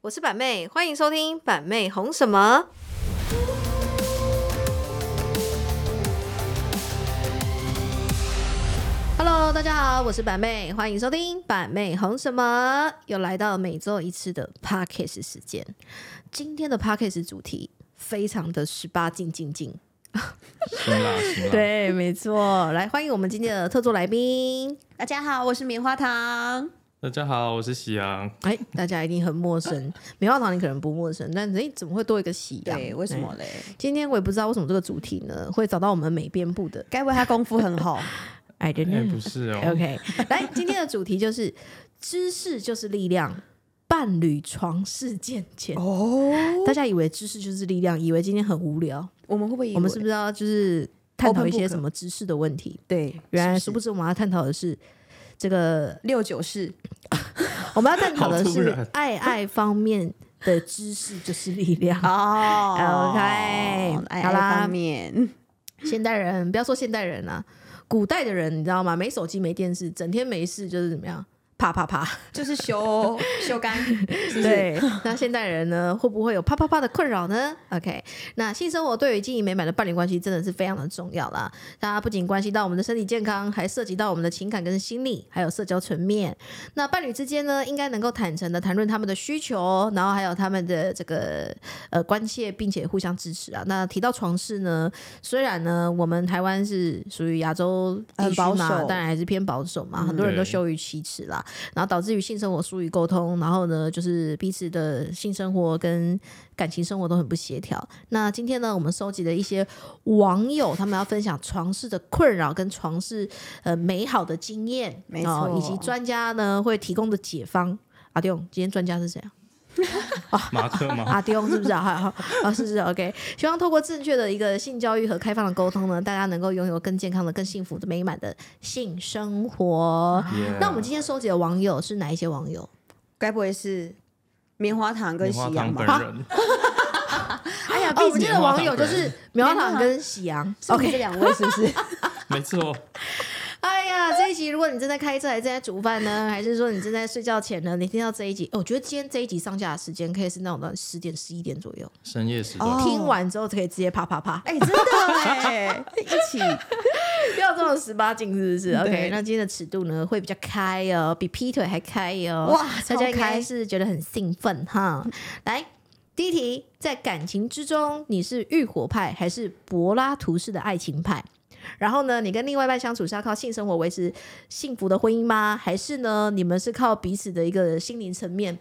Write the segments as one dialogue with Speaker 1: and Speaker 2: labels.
Speaker 1: 我是板妹，欢迎收听板妹红什么。Hello，大家好，我是板妹，欢迎收听板妹红什么，又来到每周一次的 Podcast 时间。今天的 Podcast 主题非常的十八禁禁禁，
Speaker 2: 辛辣辛辣。，
Speaker 1: 对，没错。来，欢迎我们今天的特助来宾。
Speaker 3: 大家好，我是棉花糖。
Speaker 2: 大家好，我是喜阳。
Speaker 1: 哎，大家一定很陌 生，棉花糖你可能不陌生，但哎，怎么会多一个喜羊？
Speaker 3: 对，为什么
Speaker 1: 哎
Speaker 3: 嘞？
Speaker 1: 今天我也不知道为什么这个主题呢会找到我们美编部的
Speaker 3: 该不会他功夫很好？
Speaker 1: I don't
Speaker 2: 哎、
Speaker 1: know
Speaker 2: 不是哦，
Speaker 1: OK，来，今天的主题就是知识就是力量，伴侣床事件前。
Speaker 3: 哦，
Speaker 1: 大家以为知识就是力量，以为今天很无聊，
Speaker 3: 我们会不会以为
Speaker 1: 我们是不是要就是探讨一
Speaker 3: Open
Speaker 1: 些
Speaker 3: book
Speaker 1: 什么知识的问题？
Speaker 3: 对？
Speaker 1: 原来
Speaker 3: 是
Speaker 1: 殊
Speaker 3: 不
Speaker 1: 不
Speaker 3: 是
Speaker 1: 知我们要探讨的是这个，
Speaker 3: 六九 式？
Speaker 1: 我们要探讨的
Speaker 2: 好突
Speaker 1: 是
Speaker 2: 然
Speaker 1: 爱爱方面的知识就是力量。
Speaker 3: 哦
Speaker 1: OK，
Speaker 3: 哎
Speaker 1: 好啦
Speaker 3: 爱方面，
Speaker 1: 现代人不要说现代人啦、古代的人你知道吗？没手机没电视，整天没事就是怎么样，啪啪啪。
Speaker 3: 就是 修修干，是不是，
Speaker 1: 对，那现代人呢，会不会有啪啪啪的困扰呢？OK，那性生活对于经营美满的伴侣关系真的是非常的重要啦。它不仅关系到我们的身体健康，还涉及到我们的情感跟心理，还有社交层面。那伴侣之间呢，应该能够坦诚的谈论他们的需求，然后还有他们的这个呃关切，并且互相支持啊。那提到床事呢，虽然呢我们台湾是属于亚洲地
Speaker 3: 很
Speaker 1: 区
Speaker 3: 保
Speaker 1: 嘛，
Speaker 3: 守
Speaker 1: 当然还是偏保守
Speaker 3: 嗯
Speaker 1: 嘛，很多人都
Speaker 2: 对
Speaker 1: 羞于启齿啦。然后导致于性生活疏于沟通，然后呢，就是彼此的性生活跟感情生活都很不协调。那今天呢，我们收集了一些网友他们要分享床事的困扰跟床事呃美好的经验，
Speaker 3: 没错
Speaker 1: 哦以及专家呢会提供的解方。阿弟，今天专家是谁啊？
Speaker 2: 马克吗？
Speaker 1: 阿迪翁是不是啊？好好啊，是是 OK。希望透过正确的一个性教育和开放的沟通呢，大家能够拥有更健康的、更幸福的、美满的性生活。
Speaker 2: Yeah
Speaker 1: 那我们今天收集的网友是哪一些网友？
Speaker 3: 该不会是棉花糖跟
Speaker 2: 棉
Speaker 3: 喜
Speaker 2: 花糖
Speaker 3: 羊
Speaker 2: 本
Speaker 3: 吧？
Speaker 2: 人，
Speaker 3: 哎呀，
Speaker 1: 哦，
Speaker 3: 毕
Speaker 1: 我记
Speaker 3: 竟
Speaker 1: 得网友就是棉花糖跟喜羊。
Speaker 3: 是我们
Speaker 1: OK，
Speaker 3: 这两位是不 是？
Speaker 2: 没错，
Speaker 1: 哎呀，这一集如果你正在开车，还正在煮饭呢，还是说你正在睡觉前呢，你听到这一集，哦我觉得今天这一集上架的时间可以是那种到十点、十一点左右，
Speaker 2: 深夜时段。
Speaker 3: 哦
Speaker 1: 听完之后就可以直接啪啪啪，
Speaker 3: 哎，真的哎，一起
Speaker 1: 不要这么十八禁是不是？OK，
Speaker 3: 嗯对
Speaker 1: 那今天的尺度呢会比较开哦，比劈腿还开哦。
Speaker 3: 哇
Speaker 1: 大家应该
Speaker 3: 超开嗯
Speaker 1: 是觉得很兴奋哈。来，第一题，在感情之中，你是浴火派还是柏拉图式的爱情派？然后呢，你跟另外一半相处是要靠性生活维持幸福的婚姻吗？还是呢，你们是靠彼此的一个心灵层面，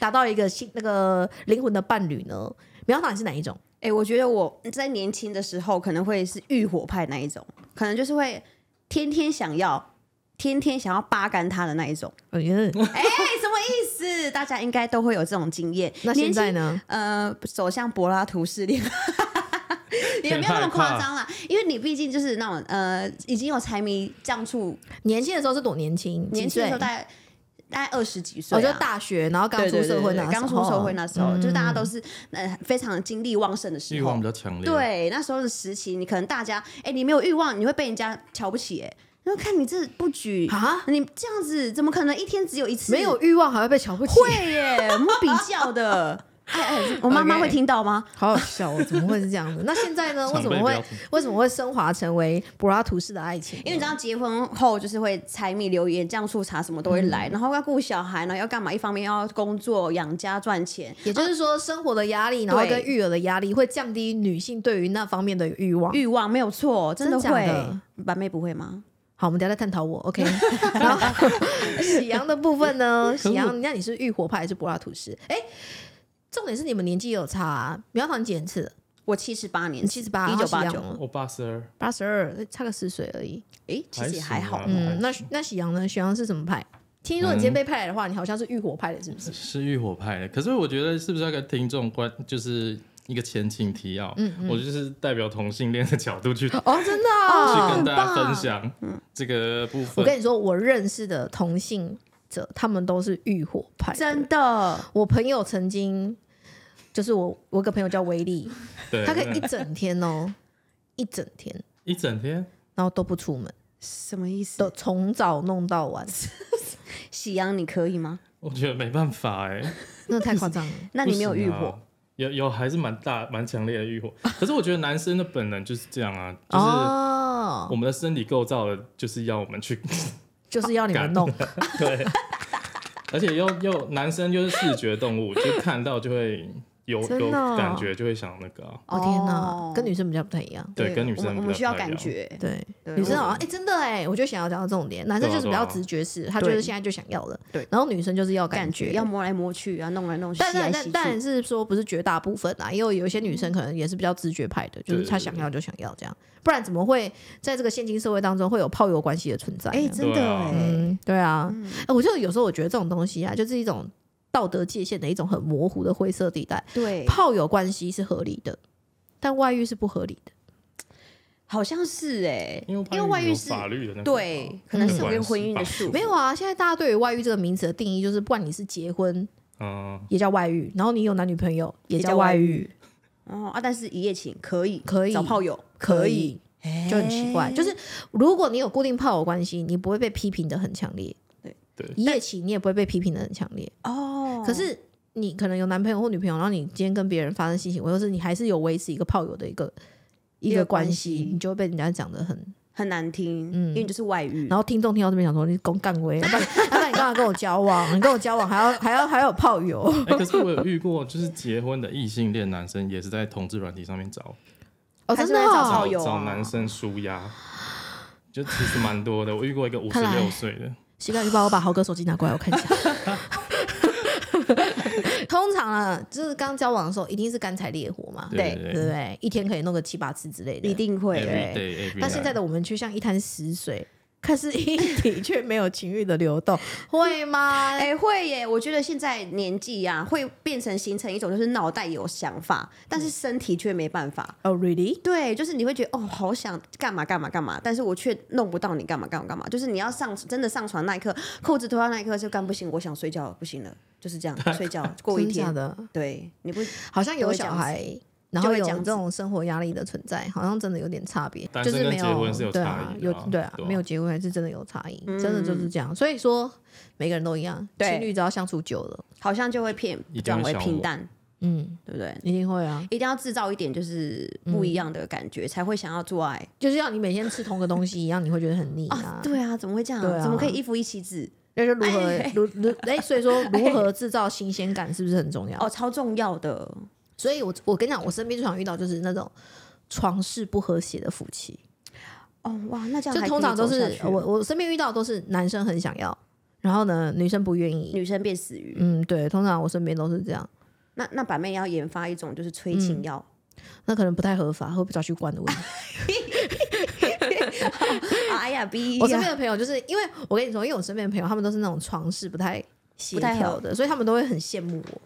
Speaker 1: 达到一个心那个灵魂的伴侣呢？苗党是哪一种？
Speaker 3: 哎、我觉得我在年轻的时候可能会是欲火派那一种，可能就是会天天想要，天天想要扒干他的那一种。
Speaker 1: 哎呀，
Speaker 3: 哎、什么意思？大家应该都会有这种经验。
Speaker 1: 那现在呢？
Speaker 3: 呃，走向柏拉图式恋爱， 也没有那么夸张啦，因为你毕竟就是那种呃，已经有柴米酱醋，
Speaker 1: 年轻的时候是多年轻？
Speaker 3: 年
Speaker 1: 几
Speaker 3: 轻
Speaker 1: 岁
Speaker 3: 的时候大概大概二十几岁、
Speaker 1: 我
Speaker 3: 啊，
Speaker 1: 哦就大学，然后刚
Speaker 3: 对
Speaker 1: 出
Speaker 3: 对对
Speaker 1: 社会那
Speaker 3: 对
Speaker 1: 时
Speaker 3: 刚出
Speaker 1: 候
Speaker 3: 社会那时候，
Speaker 1: 嗯
Speaker 3: 就是大家都是呃非常精力旺盛的时
Speaker 2: 欲
Speaker 3: 候
Speaker 2: 望比，较强烈。，
Speaker 3: 对，那时候的时期，你可能大家，哎、你没有欲望，你会被人家瞧不起、哎，然后看你这不举，
Speaker 1: 啊，
Speaker 3: 你这样子怎么可能一天只有一次？
Speaker 1: 没有欲望还会被瞧不起，
Speaker 3: 会耶，我们比较的。哎哎， 我妈妈
Speaker 1: OK
Speaker 3: 会听到吗？
Speaker 1: 好好笑哦，怎么会是这样 子？那现在呢？为
Speaker 2: 长
Speaker 1: 什
Speaker 2: 辈
Speaker 1: 么
Speaker 2: 不要
Speaker 1: 会
Speaker 2: 听
Speaker 1: 为什么会升华成为柏拉图式的爱情呢？
Speaker 3: 因为你知道结婚后就是会柴米油盐酱醋茶什么都会来，然后要顾小孩，然后要干嘛？一方面要工作养家赚钱，
Speaker 1: 也就是说，生活的压力，然后跟
Speaker 3: 对
Speaker 1: 育儿的压力，会降低女性对于那方面的欲望。
Speaker 3: 欲望没有错，真的
Speaker 1: 真假
Speaker 3: 会
Speaker 1: 的。
Speaker 3: 板妹不会吗？
Speaker 1: 好，我们等一下再探讨我 OK。然后喜羊的部分 呢？喜羊，那你是浴火派还是柏拉图式？哎，重点是你们年纪有差、啊，苗堂几年次了？
Speaker 3: 我七十八年
Speaker 1: 你，七十八，
Speaker 3: 一九八
Speaker 1: 然后喜
Speaker 3: 九
Speaker 1: 羊，呢
Speaker 2: 我八十二，
Speaker 1: 八十二，差个十岁而已。
Speaker 3: 哎，其实也还好
Speaker 2: 还，嗯行啊
Speaker 1: 嗯，那那喜羊呢？喜羊是什么派？听说你今天被派来的话，你好像是浴火派的，是不是？
Speaker 2: 是欲火派的。可是我觉得是不是要跟听众关，就是一个前情提要？
Speaker 1: 嗯
Speaker 2: 我就是代表同性恋的角度去。
Speaker 1: 哦，真的
Speaker 2: 去
Speaker 1: 啊、
Speaker 2: 跟大家
Speaker 3: 很棒
Speaker 2: 分享这个部
Speaker 1: 我
Speaker 2: 分，
Speaker 1: 跟你说，我认识的同性者，他们都是浴火派。
Speaker 3: 真
Speaker 1: 的，
Speaker 3: 的。
Speaker 1: 我朋友曾经就是我，我有个朋友叫威力，
Speaker 2: 对，
Speaker 1: 他可以
Speaker 2: 那
Speaker 1: 一整天哦，一整天，
Speaker 2: 一整天，
Speaker 1: 然后都不出门，
Speaker 3: 什么意 思
Speaker 1: 都？从早弄到晚。
Speaker 3: 喜羊，你可以吗？
Speaker 2: 我觉得没办法哎、
Speaker 1: 那太夸张了。
Speaker 3: 那你没有欲
Speaker 2: 不行
Speaker 3: 火
Speaker 2: 啊，有有还是蛮大蛮强烈的欲火。可是我觉得男生的本能就是这样啊，就是
Speaker 1: 哦
Speaker 2: 我，们的身体构造的，就是要我们去，
Speaker 1: 就是要你们弄，
Speaker 2: 对，而且又又男生又是视觉动物，就看到就会有
Speaker 1: 真的
Speaker 2: 有
Speaker 1: 哦
Speaker 2: 感觉，就会想那个啊、
Speaker 1: 哦天哪
Speaker 3: 哦，
Speaker 1: 跟女生比较不太一样。
Speaker 2: 对，跟女生
Speaker 3: 啊我们我
Speaker 2: 比
Speaker 3: 们
Speaker 2: 较
Speaker 3: 需要
Speaker 2: 不太一
Speaker 3: 感
Speaker 2: 样，
Speaker 3: 哦觉，
Speaker 1: 对，
Speaker 3: 对
Speaker 1: 女生好像
Speaker 2: 我
Speaker 1: 哎、真的哎、我就想要讲到重点，男生
Speaker 2: 对啊
Speaker 1: 就是比
Speaker 2: 对
Speaker 1: 较
Speaker 2: 啊
Speaker 1: 直觉式，他就是
Speaker 3: 对
Speaker 1: 现在就想要了，
Speaker 3: 对
Speaker 1: 然后女生就是要
Speaker 3: 感
Speaker 1: 觉，
Speaker 3: 要摸来摸去，要弄来弄去，
Speaker 1: 但
Speaker 3: 吸来
Speaker 1: 但
Speaker 3: 吸去
Speaker 1: 但但是说不是绝大部分啦，因为有一些女生可能也是比较直觉派的，就是
Speaker 2: 嗯对
Speaker 1: 她想要就想要这样，不然怎么会在这个现今社会当中会有炮友关系的存在呢？
Speaker 3: 哎，真
Speaker 2: 对
Speaker 3: 的
Speaker 2: 啊
Speaker 3: 哎，
Speaker 1: 嗯，对啊，哎、我就有时候我觉得这种东西啊，就是一种道德界限的一种很模糊的灰色地带。
Speaker 3: 对，
Speaker 1: 炮友关系是合理的，但外遇是不合理的。
Speaker 3: 好像是哎，
Speaker 2: 因为
Speaker 3: 因为外遇
Speaker 2: 有
Speaker 3: 是
Speaker 2: 法律的那个啊
Speaker 3: 对，可能是有
Speaker 2: 关
Speaker 3: 跟
Speaker 2: 系
Speaker 3: 婚姻的
Speaker 2: 吧
Speaker 3: 束缚，
Speaker 1: 没有啊，现在大家对于外遇这个名词的定义就是，不管你是结婚
Speaker 2: 嗯，
Speaker 1: 也叫外遇，然后你有男女朋友也叫外遇，
Speaker 3: 哦啊，但是一夜情可以，
Speaker 1: 可以
Speaker 3: 找炮友
Speaker 1: 可
Speaker 3: 以，
Speaker 1: 以，哎就很奇怪。就是如果你有固定炮友关系，你不会被批评的很强烈。
Speaker 3: 对
Speaker 2: 对
Speaker 1: 一夜情你也不会被批评的很强烈。
Speaker 3: 哦，
Speaker 1: 可是你可能有男朋友或女朋友，然后你今天跟别人发生性行为，或是你还是有维持一个炮友的一个一
Speaker 3: 一
Speaker 1: 个
Speaker 3: 个
Speaker 1: 关
Speaker 3: 关
Speaker 1: 系
Speaker 3: 系，
Speaker 1: 你就会被人家讲的很。
Speaker 3: 很难听，
Speaker 1: 嗯
Speaker 3: 因为你就是外遇，
Speaker 1: 然后听众听到这边想说，你是公干 威，要不然要不然你干嘛跟我交往？你跟我交往还要还要还要有炮友？
Speaker 2: 哎、可是我有遇过，就是结婚的异性恋男生也是在同志软体上面找
Speaker 1: 哦，真
Speaker 3: 还是
Speaker 1: 的
Speaker 3: 会找
Speaker 1: 哦、
Speaker 2: 找
Speaker 3: 炮友啊
Speaker 2: 找男生舒压，就其实蛮多的。我遇过一个五十
Speaker 1: 看来
Speaker 2: 六岁的，
Speaker 1: 膝盖就帮我把豪哥手机拿过来，我看一下。 通常啊，就是刚交往的时候，一定是干柴烈火嘛，
Speaker 2: 对
Speaker 1: 对
Speaker 2: 对
Speaker 1: 不
Speaker 2: 对
Speaker 1: 对？一天可以弄个七八次之类的，
Speaker 3: 一定会
Speaker 1: 对
Speaker 2: ，every
Speaker 3: 的。
Speaker 2: day every
Speaker 1: 但现在
Speaker 2: night
Speaker 1: 的我们却像一滩死水，看似一体却没有情欲的流动，会吗？
Speaker 3: 哎、会耶！我觉得现在年纪呀、会变成形成一种就是脑袋有想法，但
Speaker 1: 嗯
Speaker 3: 是身体却没办法。
Speaker 1: 哦、r e a l l y
Speaker 3: 对，就是你会觉得哦，好想干嘛干嘛干嘛，但是我却弄不到你干嘛干嘛干嘛。就是你要上真的上床那一刻，扣子脱掉那一刻就干不行，我想睡觉了，不行了，就是这样睡觉过一
Speaker 1: 真的假
Speaker 3: 天。
Speaker 1: 的，
Speaker 3: 对，你不
Speaker 1: 好像有小孩。然后
Speaker 3: 就会
Speaker 1: 有
Speaker 3: 这样
Speaker 1: 这
Speaker 3: 子
Speaker 1: 种生活压力的存在，好像真的有点差别，
Speaker 2: 单
Speaker 1: 就
Speaker 2: 身
Speaker 1: 是没
Speaker 2: 跟结婚是有
Speaker 1: 对
Speaker 2: 差
Speaker 1: 啊，
Speaker 2: 异的
Speaker 1: 有
Speaker 2: 啊
Speaker 1: 对啊，
Speaker 2: 对啊
Speaker 1: 没有结婚还是真的有差异，真的就是这样。所以说每个人都一样，
Speaker 3: 嗯对
Speaker 1: 情侣只要相处久了，
Speaker 3: 好像就会偏
Speaker 2: 一定会
Speaker 3: 转为
Speaker 2: 想
Speaker 3: 平
Speaker 2: 我
Speaker 3: 淡，
Speaker 1: 嗯，
Speaker 3: 对不对？
Speaker 1: 一定会 啊，
Speaker 3: 一定要制造一点就是不一样的感觉，才会想要做爱
Speaker 1: 就是要你每天吃同个东西一样，你会觉得很腻啊
Speaker 3: 啊。。对啊，怎么会这样？
Speaker 1: 对啊
Speaker 3: 怎么可以一夫一妻制？
Speaker 1: 那就如何如如哎，所以说如何制造新鲜感是不是很重要？
Speaker 3: 哦，超重要的。
Speaker 1: 所以我我跟你讲，我身边最常遇到就是那种床事不和谐的夫妻，
Speaker 3: 哦哇，那这样
Speaker 1: 就
Speaker 3: 还
Speaker 1: 通
Speaker 3: 可以
Speaker 1: 常都
Speaker 3: 走下
Speaker 1: 是
Speaker 3: 去
Speaker 1: 我我身边遇到都是男生很想要，然后呢女生不愿意。
Speaker 3: 女生变死鱼。
Speaker 1: 嗯，对，通常我身边都是这样，
Speaker 3: 那那板妹要研发一种就是催
Speaker 1: 嗯
Speaker 3: 情药，
Speaker 1: 那可能不太合法，会被抓去关的问题。
Speaker 3: 哎呀逼
Speaker 1: 我身边
Speaker 3: 呀，
Speaker 1: 的朋友就是因为我跟你说，因为我身边的朋友他们都是那种床事不太协
Speaker 3: 不太
Speaker 1: 调
Speaker 3: 合
Speaker 1: 的，所以他们都会很羡慕我。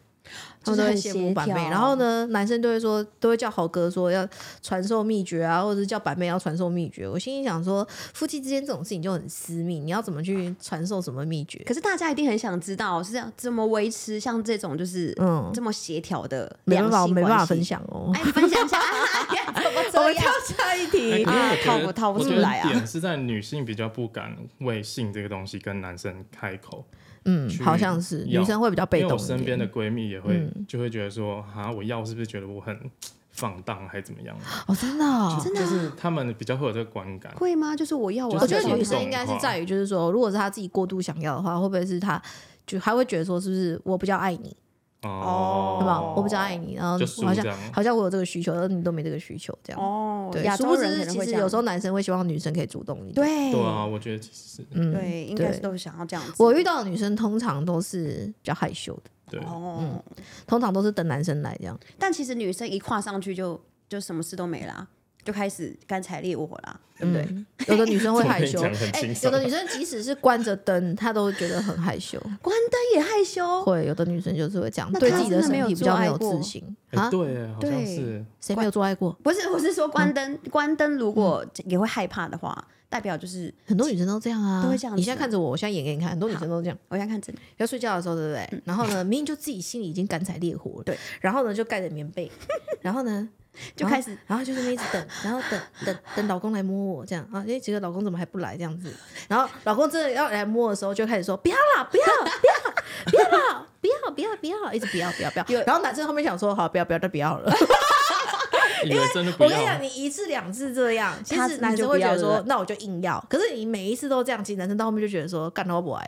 Speaker 1: 他们
Speaker 3: 就是
Speaker 1: 都会
Speaker 3: 很
Speaker 1: 羡慕
Speaker 3: 协
Speaker 1: 板
Speaker 3: 调。
Speaker 1: 妹，然后？呢，男生都会说，都会叫豪哥说要传授秘诀啊，或者是叫板妹要传授秘诀。我心里想说，夫妻之间这种事情就很私密，你要怎么去传授什么秘诀？
Speaker 3: 可是大家一定很想知道是这样怎么维持像这种就是
Speaker 1: 嗯，
Speaker 3: 这么协调的
Speaker 1: 没
Speaker 3: 良
Speaker 1: 办法，我
Speaker 3: 性
Speaker 1: 没办法
Speaker 3: 关
Speaker 1: 分
Speaker 3: 系。
Speaker 1: 享哦。
Speaker 3: 哎，分享一下，哎呀，怎么
Speaker 1: 我
Speaker 3: 这
Speaker 1: 们跳
Speaker 3: 样？
Speaker 1: 下一
Speaker 2: 哎
Speaker 1: 题
Speaker 2: 可是。我
Speaker 3: 啊
Speaker 2: 觉
Speaker 3: 套
Speaker 2: 得
Speaker 3: 不套不
Speaker 2: 我
Speaker 3: 出
Speaker 2: 觉得
Speaker 3: 来啊
Speaker 2: 点是在女性比较不敢为性这个东西跟男生开口，
Speaker 1: 嗯，
Speaker 2: 去
Speaker 1: 好像是
Speaker 2: 要
Speaker 1: 女生会比较被
Speaker 2: 因为
Speaker 1: 动
Speaker 2: 我
Speaker 1: 一
Speaker 2: 身
Speaker 1: 点
Speaker 2: 边
Speaker 1: 嗯
Speaker 2: 的闺蜜也会就会觉得说，啊，我要是不是觉得我很放荡还怎么样？
Speaker 1: 哦，真的哦，
Speaker 3: 真的 啊
Speaker 2: 就是他们比较会有这个观感。
Speaker 3: 会吗？就是我要，
Speaker 2: 就
Speaker 3: 要
Speaker 1: 我
Speaker 2: 是
Speaker 1: 觉
Speaker 2: 这
Speaker 1: 得
Speaker 2: 种
Speaker 1: 女生应该是在于，就是说，如果是她自己过度想要的话，会不会是她就还会觉得说，是不是我比较爱你，
Speaker 2: 哦，
Speaker 1: 对吧？我比较爱你，然后
Speaker 2: 就输
Speaker 1: 我好
Speaker 2: 这
Speaker 1: 像
Speaker 2: 样
Speaker 1: 好像我有这个需求，而你都没这个需求，这样。
Speaker 3: 哦，
Speaker 1: 对，
Speaker 3: 亚
Speaker 1: 殊
Speaker 3: 洲
Speaker 1: 不
Speaker 3: 人
Speaker 1: 知
Speaker 3: 可能
Speaker 1: 其
Speaker 3: 会
Speaker 1: 实
Speaker 3: 这
Speaker 1: 有
Speaker 3: 样
Speaker 1: 时。候男生会希望女生可以主动一点。
Speaker 3: 对
Speaker 2: 对啊，我觉得其实是
Speaker 1: 嗯，
Speaker 3: 对，应该
Speaker 1: 对
Speaker 3: 是都想要这样子。
Speaker 1: 我遇到的女生通常都是比较害羞的，
Speaker 2: 对，
Speaker 1: 嗯
Speaker 3: 哦，
Speaker 1: 通常都是等男生来这样。
Speaker 3: 但其实女生一跨上去就就什么事都没啦，就开始干柴烈火啦，对不对？
Speaker 1: 嗯有的女生会害羞，
Speaker 2: 欸 怎么可以讲得很
Speaker 1: 哎
Speaker 2: 清
Speaker 1: 有
Speaker 2: 爽
Speaker 1: 的女生即使是关着灯，她都觉得很害羞。
Speaker 3: 关灯也害羞，
Speaker 1: 会，有的女生就是会这样，
Speaker 3: 哦那
Speaker 1: 对
Speaker 3: 她
Speaker 1: 自己
Speaker 3: 真的没
Speaker 1: 身
Speaker 3: 有
Speaker 1: 体比
Speaker 3: 做
Speaker 1: 较没
Speaker 3: 爱
Speaker 1: 有自
Speaker 3: 过
Speaker 1: 信
Speaker 2: 哎
Speaker 1: 啊。
Speaker 2: 对，好像
Speaker 3: 对
Speaker 2: 是
Speaker 1: 谁没有做爱过？
Speaker 3: 不是，我是说
Speaker 1: 嗯
Speaker 3: 关灯，关灯如果也会害怕的话，代表就是
Speaker 1: 很多女生都这样啊，
Speaker 3: 都会这样
Speaker 1: 你现在
Speaker 3: 子
Speaker 1: 看着我，我现在演给你看，很多女生都这样。
Speaker 3: 我想看这里，
Speaker 1: 要睡觉的时候，对不对？然后呢，明明就自己心里已经干柴烈火了，
Speaker 3: 嗯对。
Speaker 1: 然后呢，就盖着棉 被，然后呢，
Speaker 3: 就开始
Speaker 1: 然后，然后就在那边一直等，然后等等等老公来摸我这样啊，哎，结果老公怎么还不来这样子？然后老公真的要来摸的时候，就开始说不要啦，不要啦，不要啦。不要啦，不要 不要不要，一直不要不要不 要。然后男生后面想说，好，不要不要，再不要了。
Speaker 2: 以为真的不
Speaker 1: 我跟你
Speaker 2: 要
Speaker 1: 讲，，你一次两次这样，其
Speaker 3: 他
Speaker 1: 实男生会觉得
Speaker 3: 你就不要
Speaker 1: 说
Speaker 3: 了，
Speaker 1: 那我就硬要。可是你每一次都这样，其实男生到后面就觉得说，干到 不爱，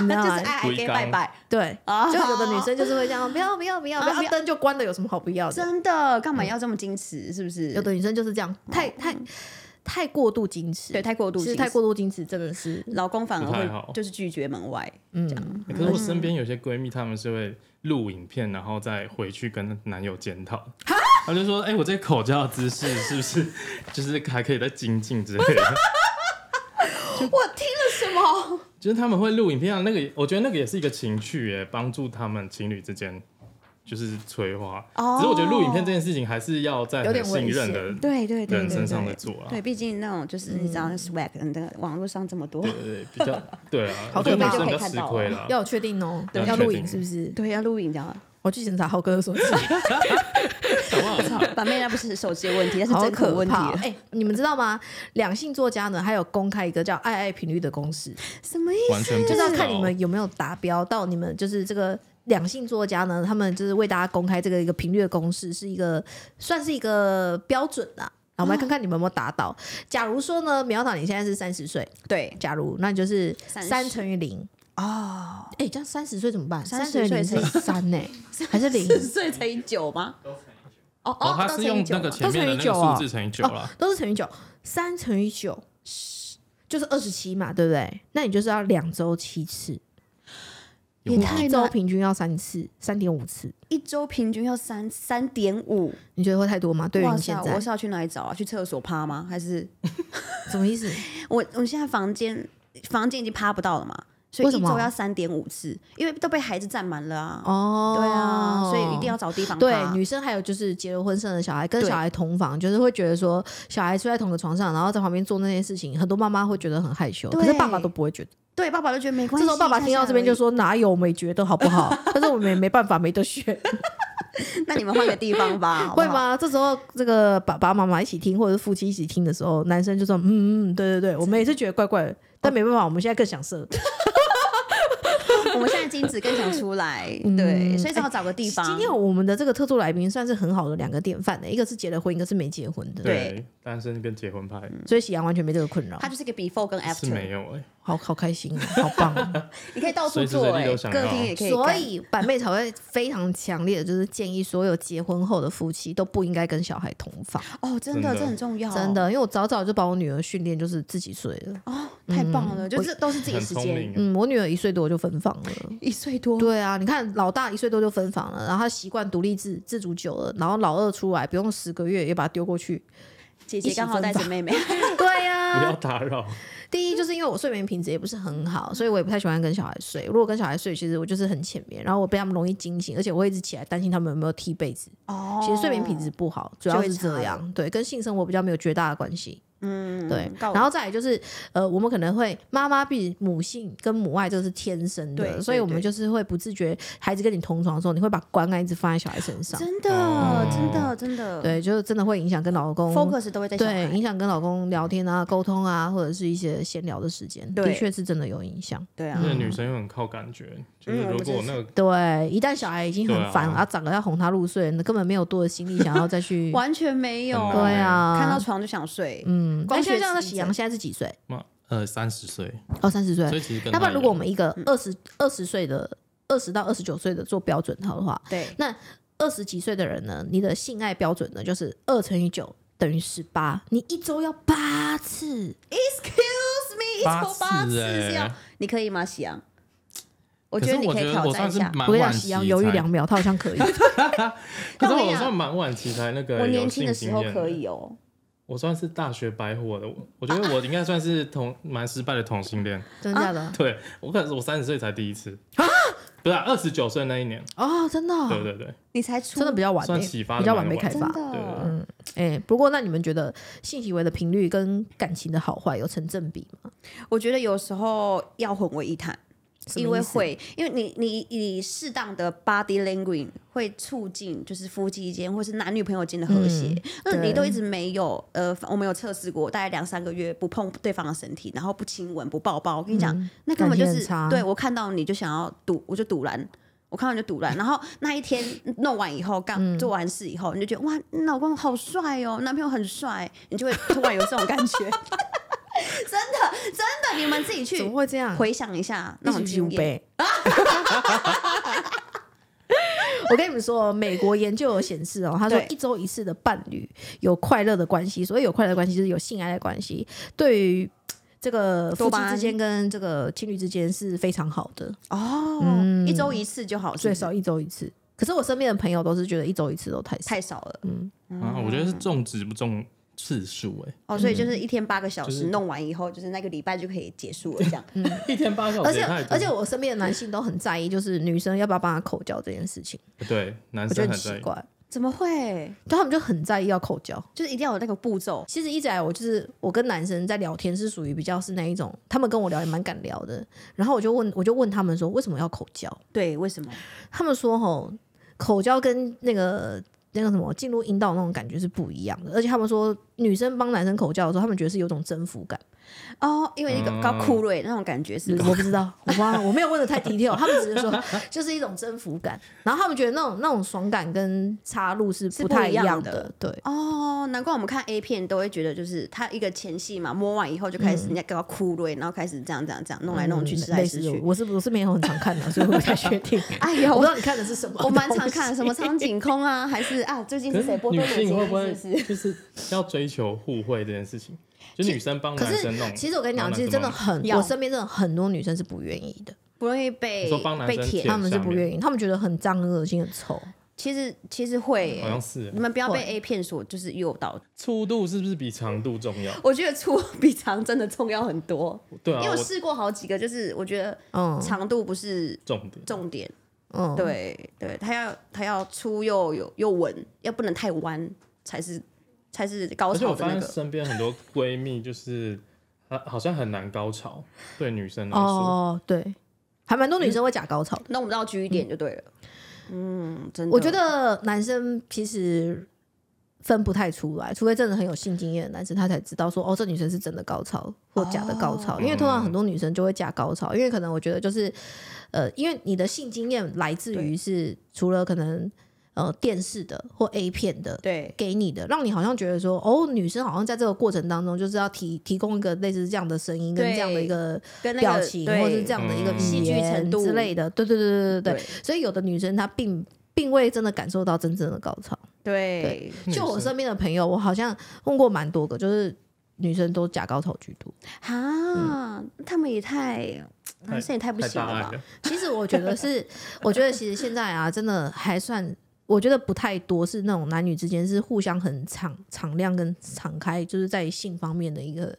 Speaker 1: 你知
Speaker 3: 那
Speaker 1: 道
Speaker 3: 就是
Speaker 1: 吗？
Speaker 3: 爱
Speaker 2: 龟
Speaker 3: 给
Speaker 2: 缸
Speaker 3: 拜拜，
Speaker 1: 对，
Speaker 3: 啊
Speaker 1: 啊就有的女生就是会这样，不要不要不要不
Speaker 3: 啊不
Speaker 1: 要，
Speaker 3: 要
Speaker 1: 灯就关了，有什么好不要的？
Speaker 3: 真的干嘛要这么矜持？是不是？
Speaker 1: 有的女生就是这样，太太太过度矜持，
Speaker 3: 嗯对，太过度
Speaker 1: 其
Speaker 3: 矜
Speaker 1: 实
Speaker 3: 持，嗯
Speaker 1: 太过度矜持真的是，
Speaker 3: 老公反而
Speaker 2: 不太好
Speaker 3: 会就是拒绝门外。
Speaker 1: 嗯，
Speaker 2: 可是我身边有些闺蜜，她们是会录影片，然后再回去跟男友检讨。她就说：“哎、我这口交的姿势是不是就是还可以再精进之类的
Speaker 3: 我听了什么？？”
Speaker 2: 就是他们会录影片啊，那个也我觉得那个也是一个情趣耶，帮助他们情侣之间就是催化。
Speaker 3: 哦
Speaker 2: 只是我觉得录影片这件事情还是要在
Speaker 1: 有
Speaker 2: 很
Speaker 1: 点
Speaker 2: 信
Speaker 1: 危
Speaker 2: 任
Speaker 1: 险
Speaker 2: 的
Speaker 3: 对对对
Speaker 2: 人
Speaker 3: 对
Speaker 2: 身上来
Speaker 3: 对。
Speaker 2: 做啊。
Speaker 3: 对，毕竟那种就是你知道 swag，那个网络上这么多，
Speaker 2: 对对，比较 对啊，
Speaker 1: 好
Speaker 2: 我觉
Speaker 1: 可
Speaker 2: 得
Speaker 1: 怕
Speaker 2: 女生
Speaker 1: 就
Speaker 2: 比较
Speaker 3: 可以看
Speaker 2: 吃
Speaker 3: 到
Speaker 2: 亏
Speaker 3: 了
Speaker 2: 啦。
Speaker 1: 要有确定哦，
Speaker 2: 对
Speaker 1: 要
Speaker 2: 确
Speaker 1: 录
Speaker 2: 定
Speaker 1: 影是不是？
Speaker 3: 对，要录影这样，
Speaker 1: 我去检查浩哥的 手机，
Speaker 3: 反面那不是手机的问题，但是
Speaker 1: 好
Speaker 3: 针
Speaker 1: 可
Speaker 3: 孔问题
Speaker 1: 怕
Speaker 3: 了。
Speaker 1: 哎、你们知道吗？两性作家呢，还有公开一个叫“爱爱频率”的公式，
Speaker 3: 什么意思？
Speaker 2: 完全不
Speaker 1: 就是要
Speaker 3: 哦
Speaker 2: 知
Speaker 1: 看
Speaker 2: 道
Speaker 1: 你们有没有达标到你们就是这个。两性作家呢，他们就是为大家公开这个一个频率的公式，是一个算是一个标准啦。啊，
Speaker 3: 嗯
Speaker 1: 我们来看看你们有没有达到。假如说呢，苗导你现在是三十岁，
Speaker 3: 对，
Speaker 1: 假如那你就是
Speaker 3: 30
Speaker 1: 三乘以零，
Speaker 3: 哦，
Speaker 1: 哎，这样三十岁怎么办？
Speaker 3: 30
Speaker 1: 乘以零是
Speaker 3: 岁
Speaker 1: 三呢，还是零？
Speaker 3: 四十岁乘以九吗？哦
Speaker 2: 哦，他
Speaker 3: 都
Speaker 2: 是
Speaker 3: 乘以
Speaker 2: 用
Speaker 3: 九
Speaker 2: 那个
Speaker 3: 吗
Speaker 2: 前面的
Speaker 1: 都乘以
Speaker 2: 那
Speaker 1: 九
Speaker 2: 个
Speaker 1: 啊
Speaker 2: 数字乘以九啦。
Speaker 1: 都是乘以九，三乘以九就是二十七嘛，对不对？那你就是要两周七次，
Speaker 2: 有
Speaker 3: 也
Speaker 2: 吗
Speaker 3: 太
Speaker 1: 一周
Speaker 3: 难，
Speaker 1: 平均要三次，三点五次，
Speaker 3: 一周平均要三三点五。
Speaker 1: 你觉得会太多吗？对于
Speaker 3: 哇
Speaker 1: 你
Speaker 3: 塞
Speaker 1: 现，
Speaker 3: 我
Speaker 1: 在
Speaker 3: 是要去哪里找啊？去厕所趴吗？还是
Speaker 1: 什么意 思？
Speaker 3: 我我现在房间房间已经趴不到了嘛？所以
Speaker 1: 为
Speaker 3: 一
Speaker 1: 什么
Speaker 3: 周要三点五次，因为都被孩子占满了啊。
Speaker 1: 哦，
Speaker 3: 对啊，所以一定要。找地方
Speaker 1: 对，
Speaker 3: 趴
Speaker 1: 女生还有就是结了婚生了小孩，跟
Speaker 3: 对
Speaker 1: 小孩同房，就是会觉得说小孩睡在同个床上，然后在旁边做那些事情，很多妈妈会觉得很害羞，
Speaker 3: 对
Speaker 1: 可是爸爸都不会觉得。
Speaker 3: 对爸爸都觉得没关
Speaker 1: 这
Speaker 3: 系。
Speaker 1: 时候爸爸
Speaker 3: 看
Speaker 1: 听到
Speaker 3: 下
Speaker 1: 这边就
Speaker 3: 而
Speaker 1: 说：“哪有没觉得好不 好？”但是我们也没办法，没得选。
Speaker 3: 已：“那你们换个地 方吧，好不
Speaker 1: 会
Speaker 3: 好？
Speaker 1: 吗？这时候这个爸爸妈妈一起听，或者是夫妻一起听的时候，男生就说：“嗯嗯，对对对，我们也是觉得怪怪的，但
Speaker 3: 哦
Speaker 1: 没办法，我们现在更想射。
Speaker 3: 我们现在精子更想 出来，
Speaker 1: 嗯
Speaker 3: 对，所以只好找个地方。
Speaker 1: 今天我们的这个特助来宾算是很好的两个典范的，一个是结了婚，一个是没结婚的，
Speaker 2: 对，单身跟结婚派
Speaker 1: 所以喜阳完全没这个困扰
Speaker 3: 它，就是个 before 跟
Speaker 2: 是没
Speaker 3: 嗯 after，
Speaker 2: 有哎，
Speaker 1: 好好开心，好棒哦。
Speaker 3: 你可以到处
Speaker 2: 随时
Speaker 3: 做、
Speaker 2: 随地
Speaker 3: 哎，
Speaker 2: 都想
Speaker 3: 歌
Speaker 2: 要
Speaker 3: 厅也可以干。
Speaker 1: 所以板妹才会非常强烈的就是建议所有结婚后的夫妻都不应该跟小孩同房，
Speaker 3: 哦，真
Speaker 2: 真
Speaker 3: 的，
Speaker 2: 的
Speaker 3: 这很重要，
Speaker 1: 真的，因为我早早就把我女儿训练就是自己睡了，
Speaker 3: 哦，太棒了，就是都是自己
Speaker 2: 很
Speaker 3: 的时
Speaker 2: 聪
Speaker 3: 间。
Speaker 2: 明欸，
Speaker 1: 嗯，我女儿一岁多就分房了。
Speaker 3: 一岁多，
Speaker 1: 对啊，你看老大一岁多就分房了，然后他习惯独立自自主久了，然后老二出来不用十个月也把他丢过去。
Speaker 3: 姐姐刚好带着妹妹，
Speaker 1: 对呀、
Speaker 2: 不要打扰，
Speaker 1: 第一就是因为我睡眠品质也不是很好，所以我也不太喜欢跟小孩睡。如果跟小孩睡，其实我就是很浅眠，然后我被他们容易惊醒，而且我会一直起来担心他们有没有踢被子。
Speaker 3: 哦
Speaker 1: 其实睡眠品质不好，主
Speaker 3: 就
Speaker 1: 要
Speaker 3: 会
Speaker 1: 是
Speaker 3: 差
Speaker 1: 这
Speaker 3: 了
Speaker 1: 样，对，跟性生活比较没有绝大的关系。
Speaker 3: 嗯
Speaker 1: 对，
Speaker 3: 告
Speaker 1: 然后再来就是，呃，我们可能会妈妈比母性跟母爱这个是天生的，
Speaker 3: 对
Speaker 1: 所以
Speaker 3: 对
Speaker 1: 我们
Speaker 3: 对
Speaker 1: 就是会不自觉，孩子跟你同床的时候，你会把关爱一直放在小孩身上，
Speaker 3: 真的，
Speaker 2: 哦
Speaker 3: 真的，真的，
Speaker 1: 对，就是真的会影响跟老公
Speaker 3: ，focus 都会在小
Speaker 1: 对，
Speaker 3: 孩
Speaker 1: 影，响跟老公聊天啊、沟通啊，或者是一些闲聊的时间，的
Speaker 3: 对
Speaker 1: 确是真的有影响。
Speaker 3: 对啊
Speaker 2: 那，个女生又很靠感觉，就是
Speaker 3: 嗯
Speaker 2: 如
Speaker 3: 我
Speaker 2: 果
Speaker 3: 真。
Speaker 2: 那个
Speaker 1: 对，一旦小孩已经很烦了，
Speaker 2: 对啊
Speaker 1: 啊长得要哄他入睡，那根本没有多的心力想要再去
Speaker 3: 完全没有，
Speaker 2: 很难
Speaker 1: 对啊，
Speaker 3: 看到床就想睡，
Speaker 1: 嗯，
Speaker 3: 光
Speaker 1: 那现在
Speaker 3: 学
Speaker 1: 这样的
Speaker 3: 习
Speaker 1: 喜阳现在是几岁？
Speaker 2: 妈呃三十岁，
Speaker 1: 哦，三十岁嗯
Speaker 2: 所。以其实跟
Speaker 1: 那不
Speaker 2: 她
Speaker 1: 然如果我
Speaker 2: 一样
Speaker 1: 们一个二十二十岁的二十到二十九岁的做标准号的话，
Speaker 3: 对，
Speaker 1: 二十几岁的人呢，你的性爱标准呢就是二乘以九等于十八，你一周要八次。
Speaker 2: 八
Speaker 3: 抽八次
Speaker 2: 次
Speaker 3: 是要
Speaker 2: 哎，
Speaker 3: 你可以吗，喜阳？我
Speaker 2: 可
Speaker 3: 觉
Speaker 2: 是
Speaker 3: 得你
Speaker 2: 我
Speaker 3: 可
Speaker 2: 觉
Speaker 3: 以
Speaker 2: 得
Speaker 3: 挑
Speaker 2: 我算
Speaker 3: 战一
Speaker 2: 是
Speaker 3: 下。啊
Speaker 2: 蛮
Speaker 1: 我跟你
Speaker 2: 晚
Speaker 1: 讲，
Speaker 2: 期
Speaker 1: 喜阳犹豫
Speaker 2: 才
Speaker 1: 两秒，他好像可以。
Speaker 2: 可是
Speaker 3: 我跟
Speaker 2: 我
Speaker 3: 你
Speaker 2: 算
Speaker 3: 讲
Speaker 2: 蛮晚期才那个
Speaker 3: 啊我年
Speaker 2: 有
Speaker 3: 轻
Speaker 2: 性
Speaker 3: 的时
Speaker 2: 经
Speaker 3: 候
Speaker 2: 验
Speaker 3: 可，以哦，
Speaker 2: 我算是大学白火的，我我觉得我应该算是同蛮失败的同性恋，
Speaker 1: 真的假的？
Speaker 2: 对我可能是我三十岁才第一次
Speaker 3: 啊
Speaker 2: 不是啊二十九岁那一年，
Speaker 1: 哦，真的哦、
Speaker 2: 对对对，
Speaker 3: 你才出
Speaker 1: 真的比较晚、
Speaker 2: 算
Speaker 1: 欸，
Speaker 2: 启发
Speaker 1: 比
Speaker 2: 的
Speaker 1: 较
Speaker 2: 蛮
Speaker 1: 晚
Speaker 2: 晚
Speaker 1: 被开
Speaker 3: 真
Speaker 1: 发。
Speaker 2: 对对
Speaker 3: 的
Speaker 2: 对
Speaker 1: 哎、不过那你们觉得性行为的频率跟感情的好坏有成正比吗？
Speaker 3: 我觉得有时候要混为一谈，
Speaker 1: 什么意思
Speaker 3: 因为会，因为你你你适当的 body language 会促进就是夫妻间或是男女朋友间的和谐。那、
Speaker 1: 嗯对
Speaker 3: 你都一直没有，呃，我们有测试过，大概两三个月不碰对方的身体，然后不亲吻不抱抱，我跟你讲，那根本就
Speaker 1: 嗯感
Speaker 3: 是
Speaker 1: 情很差
Speaker 3: 对我看到你就想要堵，我就堵拦。我看到你就堵拦，然后那一天弄完以后，刚
Speaker 1: 嗯
Speaker 3: 做完事以后，你就觉得哇，你老公好帅哦，男朋友很帅，你就会突然有这种感觉。 真的，真的，你们自己去
Speaker 1: 怎么会这样？
Speaker 3: 回想一下那
Speaker 1: 一
Speaker 3: 种
Speaker 1: 起去
Speaker 3: 经验，
Speaker 1: 呗。我跟你们说，美国研究有显示哦，他说
Speaker 3: 对
Speaker 1: 一周一次的伴侣有快乐的关系，所以有快乐的关系就是有性爱的关系，对于这个夫
Speaker 3: 多
Speaker 1: 妻
Speaker 3: 巴胺
Speaker 1: 之间跟这个情侣之间是非常好的，
Speaker 3: 哦，一周一次就好，是
Speaker 1: 嗯最
Speaker 3: 不是
Speaker 1: 少一周一次。可是我身边的朋友都是觉得一周一次都太少，
Speaker 3: 太少了
Speaker 2: 啊，我觉
Speaker 3: 嗯
Speaker 2: 得是重质不重次数哎、
Speaker 3: 哦，所以
Speaker 1: 嗯
Speaker 3: 就是一天八个小
Speaker 2: 就
Speaker 3: 时
Speaker 2: 是
Speaker 3: 弄完以后，就是那个礼拜就可以结束了，这样
Speaker 2: 一天八小
Speaker 1: 而
Speaker 2: 时
Speaker 1: 且
Speaker 2: 哦也太多，
Speaker 1: 而且我身边的男性都很在意，就是女生要不要帮他口交这件事情，
Speaker 2: 对男
Speaker 1: 我觉
Speaker 2: 生
Speaker 1: 得
Speaker 2: 嗯很
Speaker 1: 很奇
Speaker 2: 在意，
Speaker 1: 怪，
Speaker 3: 怎么会？
Speaker 1: 就他们就很在意要口交。
Speaker 3: 就是一定要有那个步骤
Speaker 1: 其实一直以来，我就是我跟男生在聊天是属于比较是那一种，他们跟我聊也蛮敢聊的。然后我就问，我就问他们说为什么要口交？
Speaker 3: 对？为什么？
Speaker 1: 他们说吼，口交跟那个那个什么进入阴道那种感觉是不一样的。而且他们说，女生帮男生口交的时候，他们觉得是有种征服感。
Speaker 3: 哦，因为一个
Speaker 2: 嗯
Speaker 3: 搞酷瑞那种感觉是不是，
Speaker 1: 我不知道，我不知道，我没有问的太 detail。他们只是说 就是一种征服感，然后他们觉得那种那种爽感跟插入是
Speaker 3: 是
Speaker 1: 不
Speaker 3: 不
Speaker 1: 太
Speaker 3: 一
Speaker 1: 一
Speaker 3: 样
Speaker 1: 样
Speaker 3: 的
Speaker 1: 的。对，
Speaker 3: 哦，难怪我们看 A 片都会觉得，就是它一个前戏嘛，摸完以后就开
Speaker 2: 嗯
Speaker 3: 始人家搞酷瑞，然后开始这样这样这样弄来弄去，
Speaker 1: 嗯
Speaker 3: 吃来
Speaker 1: 类
Speaker 3: 吃
Speaker 1: 似
Speaker 3: 去。
Speaker 1: 我是我是没有很常看的，所以我不太确 定。
Speaker 3: 哎
Speaker 1: 我
Speaker 3: 呦，
Speaker 1: 不知
Speaker 3: 我
Speaker 1: 道你看的是什么，
Speaker 3: 我蛮常看什么苍井空啊，还是啊，最近
Speaker 2: 可
Speaker 3: 是
Speaker 2: 是
Speaker 3: 谁播多
Speaker 2: 女
Speaker 3: 点
Speaker 2: 性会不
Speaker 3: 经
Speaker 2: 会
Speaker 3: 验？是不是？
Speaker 2: 就是要追求互惠这件事情？就女生帮
Speaker 1: 可
Speaker 2: 男生
Speaker 1: 是，
Speaker 2: 弄，
Speaker 1: 其实我跟你讲，
Speaker 2: 然后
Speaker 1: 其
Speaker 2: 男
Speaker 1: 实
Speaker 2: 生
Speaker 1: 真的
Speaker 2: 帮你
Speaker 1: 很，
Speaker 3: 要
Speaker 1: 我身边真的很多女生是不愿意的，
Speaker 3: 不容易被
Speaker 2: 你说帮男
Speaker 3: 被
Speaker 2: 生
Speaker 3: 舔
Speaker 2: 舔
Speaker 1: 她们是
Speaker 2: 上
Speaker 1: 不
Speaker 2: 面
Speaker 1: 愿意，她们觉得很脏、很恶心、很臭。
Speaker 3: 其实其实会、
Speaker 2: 好
Speaker 3: 欸
Speaker 2: 像，是
Speaker 3: 你们不要被
Speaker 1: 会
Speaker 3: A 片所就是诱导。
Speaker 2: 粗度是不是比长度重要？
Speaker 3: 我觉得粗比长真的重要很多，
Speaker 2: 对啊，
Speaker 3: 因为
Speaker 2: 我
Speaker 3: 我试过好几个，就是我觉得
Speaker 1: 嗯
Speaker 3: 长度不是
Speaker 2: 重点
Speaker 3: 重点，
Speaker 1: 嗯，
Speaker 3: 对对，它要它要粗又有又稳，要不能太弯才是才是高
Speaker 2: 而且
Speaker 3: 潮
Speaker 2: 我
Speaker 3: 的
Speaker 2: 发
Speaker 3: 那
Speaker 2: 现
Speaker 3: 个。
Speaker 2: 身边很多闺蜜就是，好好像很难高潮，对女生来说，
Speaker 1: 哦，对，还蛮多女生会假高潮的。
Speaker 3: 弄不到居点就对了，嗯，真的，
Speaker 1: 我觉得男生其实分不太出来，除非真的很有性经验的男生，他才知道说哦，这女生是真的高潮或假的高潮。
Speaker 3: 哦
Speaker 1: 因为通常很多女生就会假高潮，因为可能我觉得就是呃，因为你的性经验来自于
Speaker 3: 对
Speaker 1: 是除了可能呃电视的或 A 片的，
Speaker 3: 对
Speaker 1: 给你的，让你好像觉得说，哦，女生好像在这个过程当中就是要提提供一个类似这样的声音跟
Speaker 3: 对
Speaker 1: 这样的一个
Speaker 3: 跟那个
Speaker 1: 表情，
Speaker 3: 对
Speaker 1: 或是这样的一个
Speaker 2: 嗯
Speaker 1: 语
Speaker 3: 戏剧
Speaker 1: 言
Speaker 3: 程度
Speaker 1: 之类的，对对对对对对。
Speaker 3: 对
Speaker 1: 所以有的女生她并并未真的感受到真正的高潮。
Speaker 3: 对，
Speaker 2: 女
Speaker 1: 就我
Speaker 2: 生
Speaker 1: 身边的朋友，我好像问过蛮多个，就是女生都假高潮居多。
Speaker 3: 啊，他们也太男生也太不
Speaker 2: 太
Speaker 3: 行
Speaker 2: 大
Speaker 3: 了
Speaker 2: 爱
Speaker 3: 吧？
Speaker 2: 了，
Speaker 1: 其实我觉得 是，我觉得其实现在啊，真的还算，我觉得不太多是那种男女之间是互相很敞敞亮跟敞开，就是在性方面的一个。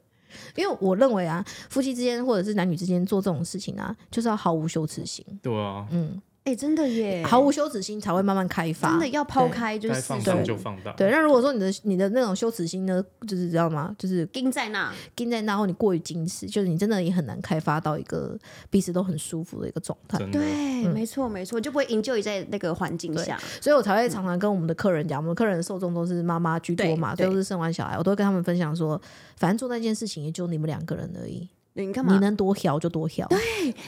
Speaker 1: 因为我认为啊，夫妻之间或者是男女之间做这种事情啊，就是要毫无羞耻心，嗯
Speaker 2: 对啊，
Speaker 3: 哎、真的耶，
Speaker 1: 毫无羞耻心才会慢慢开发。
Speaker 3: 真的要抛
Speaker 1: 对
Speaker 3: 开就
Speaker 2: 该
Speaker 3: 是
Speaker 2: 放
Speaker 3: 世
Speaker 2: 大
Speaker 3: 俗
Speaker 2: 就放大，
Speaker 1: 对，那如果说你的你的那种羞耻心呢，就是知道吗？就是
Speaker 3: 盯在那，
Speaker 1: 盯在那，或你过于矜持，就是你真的也很难开发到一个彼此都很舒服的一个状态。
Speaker 2: 真的
Speaker 3: 对，没错没错，就不会 enjoy 在那个环境下。
Speaker 1: 所以我
Speaker 2: 嗯
Speaker 1: 才会常常跟我们的客人讲，我们的客人受众都是妈妈居多嘛，
Speaker 3: 对
Speaker 1: 所
Speaker 3: 对
Speaker 1: 以都是生完小孩，我都会跟他们分享说，反正做那件事情也就你们两个人而已，
Speaker 3: 你干
Speaker 1: 你
Speaker 3: 嘛？
Speaker 1: 能多调就多调，对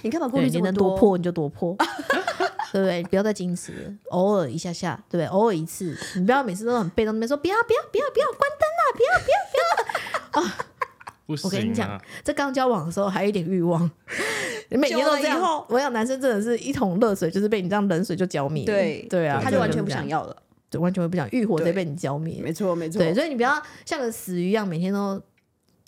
Speaker 3: 你干嘛顾虑这
Speaker 1: 你
Speaker 3: 么
Speaker 1: 能多破你就多破。 对不对？不要再矜持了，偶尔一下下，对不对？偶尔一次，你不要每次都很被动，那边说不要不要不要不要关
Speaker 2: 不
Speaker 1: 我跟你
Speaker 2: 行
Speaker 1: 讲
Speaker 2: 啊，，
Speaker 1: 这刚交往的时候还有一点欲 望，你每天都这
Speaker 3: 久了以
Speaker 1: 样
Speaker 3: 后。
Speaker 1: 我想男生真的是一桶热水，就是被你这样冷水就浇灭了。
Speaker 3: 对
Speaker 1: 对啊，
Speaker 3: 他就完全不想
Speaker 1: 要，
Speaker 3: 要了。
Speaker 1: 就完全会不想，欲火直接
Speaker 3: 对
Speaker 1: 被你浇灭。
Speaker 3: 没错没错
Speaker 1: 对，所以你不要像个死鱼一样每天都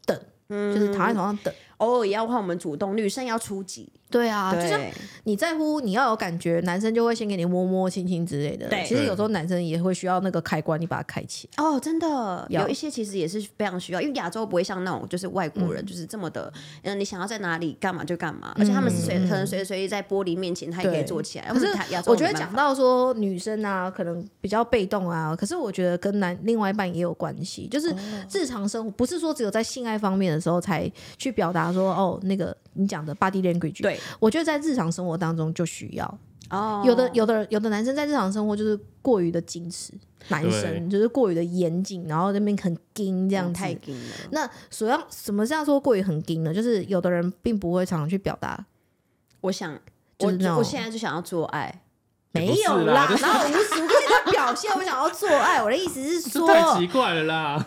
Speaker 1: 等，
Speaker 3: 嗯
Speaker 1: 就是躺在床上等。
Speaker 3: 偶尔也要换我们主动，女生要出击。
Speaker 1: 对啊，就像
Speaker 3: 对，
Speaker 1: 你在乎，你要有感觉，男生就会先给你摸摸、亲亲之类的。
Speaker 3: 对
Speaker 1: 其实有时候男生也会需要那个开关，你把它开启来。
Speaker 3: 哦，真的
Speaker 1: 要
Speaker 3: 有一些其实也是非常需要，因为亚洲不会像那种就是外国人就是这么的，嗯，你想要在哪里干嘛就干嘛，而且他们是随可能随时随地在玻璃面前，他也可以
Speaker 1: 嗯对
Speaker 3: 做起来。
Speaker 1: 可是
Speaker 3: 我们亚洲
Speaker 1: 我觉得
Speaker 3: 没办
Speaker 1: 讲
Speaker 3: 法
Speaker 1: 到说女生啊，可能比较被动啊，可是我觉得跟男另外一半也有关系，就是日常生哦活不是说只有在性爱方面的时候才去表达说哦，那个你讲的 body language，
Speaker 3: 对对，
Speaker 1: 我觉得在日常生活当中就需要，
Speaker 3: 哦
Speaker 1: 有的有的有的男生在日常生活就是过于的矜持，男
Speaker 2: 对
Speaker 1: 生就是过于的严谨，然后那边很硬这样子。
Speaker 3: 太硬了，
Speaker 1: 那所要什么叫做过于很硬呢？就是有的人并不会常常去表达，
Speaker 3: 我想。
Speaker 1: 就
Speaker 3: 我
Speaker 1: 是那种
Speaker 3: 我现在就想要做爱，
Speaker 2: 也不
Speaker 1: 没
Speaker 2: 是
Speaker 1: 有
Speaker 2: 啦就是
Speaker 1: 然后无时无刻在表现我想要做爱。我的意思是
Speaker 2: 这
Speaker 1: 说，
Speaker 2: 太奇怪了啦，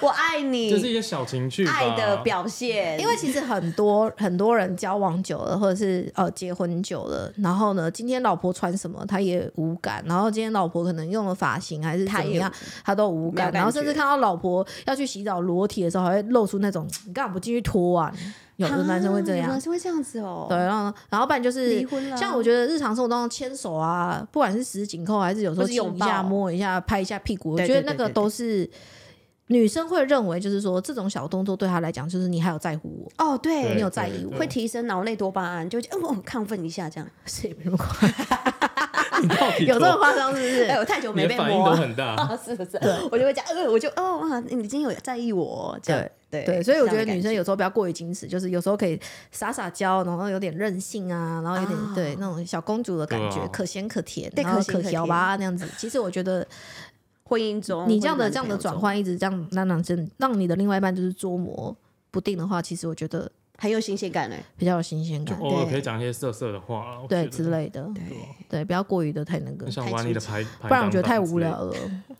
Speaker 3: 我爱你，
Speaker 2: 就是一些小情趣吧
Speaker 3: 爱的表现。
Speaker 1: 因为其实很多很多人交往久了，或者是呃结婚久了，然后呢，今天老婆穿什么他也无感，然后今天老婆可能用了发型还是怎
Speaker 3: 他
Speaker 1: 么
Speaker 3: 也
Speaker 1: 样，他都无
Speaker 3: 没
Speaker 1: 感，
Speaker 3: 有感
Speaker 1: 然后甚至
Speaker 3: 觉
Speaker 1: 看到老婆要去洗澡裸体的时候，还会露出那种你干嘛不进去脱啊？有的男生会这
Speaker 3: 啊
Speaker 1: 样
Speaker 3: 男，生会这样子哦。
Speaker 1: 对，，然后然后不然就是
Speaker 3: 离婚了
Speaker 1: 像我觉得日常生活当中牵手啊，不管是十指紧扣还是有时候
Speaker 3: 或是
Speaker 1: 亲
Speaker 3: 拥
Speaker 1: 一
Speaker 3: 抱
Speaker 1: 下、摸一下、拍一下屁股，我
Speaker 3: 对
Speaker 1: 觉
Speaker 3: 对
Speaker 1: 得那
Speaker 3: 对
Speaker 1: 个
Speaker 3: 对
Speaker 1: 都是女生会认为，就是说这种小动作对她来讲，就是你还有在乎 我，
Speaker 3: 哦，对，
Speaker 1: 你有在意
Speaker 2: 对
Speaker 1: 我，
Speaker 3: 会提升脑内多巴胺，就会觉得嗯，我很亢奋一下这样。
Speaker 1: 是也没那么夸张
Speaker 2: 你到底
Speaker 1: 有这么
Speaker 2: 多
Speaker 1: 夸张是不是？
Speaker 3: 哎，我太久
Speaker 2: 你
Speaker 3: 没
Speaker 2: 的
Speaker 3: 被
Speaker 2: 反应都
Speaker 3: 摸了，
Speaker 2: 很 大，哦
Speaker 3: 是不是？我就会讲，呃，我就哦哇，你今天有在意我，这样对
Speaker 1: 对，所以我觉得
Speaker 3: 这样的感
Speaker 1: 女生有时候不要过于矜持，就是有时候可以撒撒娇，然后有点任性啊，然后有点、
Speaker 3: 啊
Speaker 1: 对那种小公主的感觉，
Speaker 2: 对啊
Speaker 1: 可咸可甜，
Speaker 3: 对
Speaker 1: 然后
Speaker 3: 可咸
Speaker 1: 可调
Speaker 3: 可甜哦
Speaker 1: 吧那样子。其实我觉得
Speaker 3: 婚姻中，
Speaker 1: 你这样
Speaker 3: 或
Speaker 1: 的
Speaker 3: 者
Speaker 1: 这样的
Speaker 3: 男朋友
Speaker 1: 转
Speaker 3: 中
Speaker 1: 换，一直这样让男生让你的另外一半就是捉摸不定的话，其实我觉得
Speaker 3: 很有新鲜感欸嘞。
Speaker 1: 比较有新鲜感，
Speaker 2: 偶尔
Speaker 3: 对
Speaker 2: 可以讲一些色哦色的话，我
Speaker 1: 对
Speaker 2: 觉得
Speaker 1: 之类的，
Speaker 2: 啊
Speaker 1: 对，不要过于的太那个
Speaker 2: 很，想
Speaker 3: 太
Speaker 2: 玩
Speaker 3: 粗
Speaker 2: 你的
Speaker 3: 制
Speaker 2: 排，
Speaker 1: 不
Speaker 2: 不
Speaker 1: 然我觉得太无聊。了。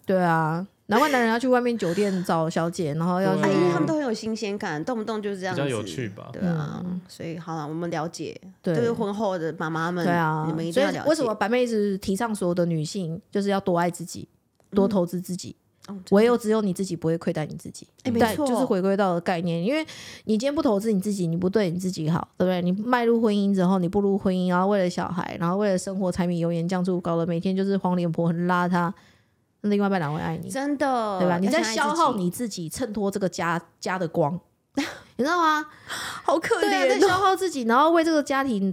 Speaker 1: 对啊，难怪男人要去外面酒店找小姐，然后要去
Speaker 3: 哎，
Speaker 2: 对啊
Speaker 3: 因为他们都很有新鲜感，动不动就是这样
Speaker 2: 比
Speaker 3: 子，
Speaker 2: 较有趣吧
Speaker 3: 对啊，所以好了，我们了解，
Speaker 1: 对
Speaker 3: 就是婚后的妈妈们，
Speaker 1: 对啊
Speaker 3: 你们一，定
Speaker 1: 所以
Speaker 3: 要了解。哦
Speaker 1: 为什么？白妹一直提倡所有的女性就是要多爱自己，
Speaker 3: 嗯
Speaker 1: 多投资自己？
Speaker 3: 哦真的
Speaker 1: 唯有只有你自己不会亏待你自己，
Speaker 3: 哎没
Speaker 1: 对，
Speaker 3: 错
Speaker 1: 就是回归到的概念，因为你今天不投资你自己，你不对你自己好，对不对？你迈入婚姻之后，你步入婚姻，然后为了小孩，然后为了生活柴米油盐酱醋，搞得每天就是黄脸婆很邋遢，那另外一半哪会爱你？
Speaker 3: 真的，
Speaker 1: 对吧？你
Speaker 3: 要
Speaker 1: 在
Speaker 3: 相爱
Speaker 1: 消
Speaker 3: 自
Speaker 1: 耗
Speaker 3: 己，
Speaker 1: 你自己，衬托这个家家的光， 你知道吗？
Speaker 3: 好可哦
Speaker 1: 对啊，在消耗自己，然后为这个家庭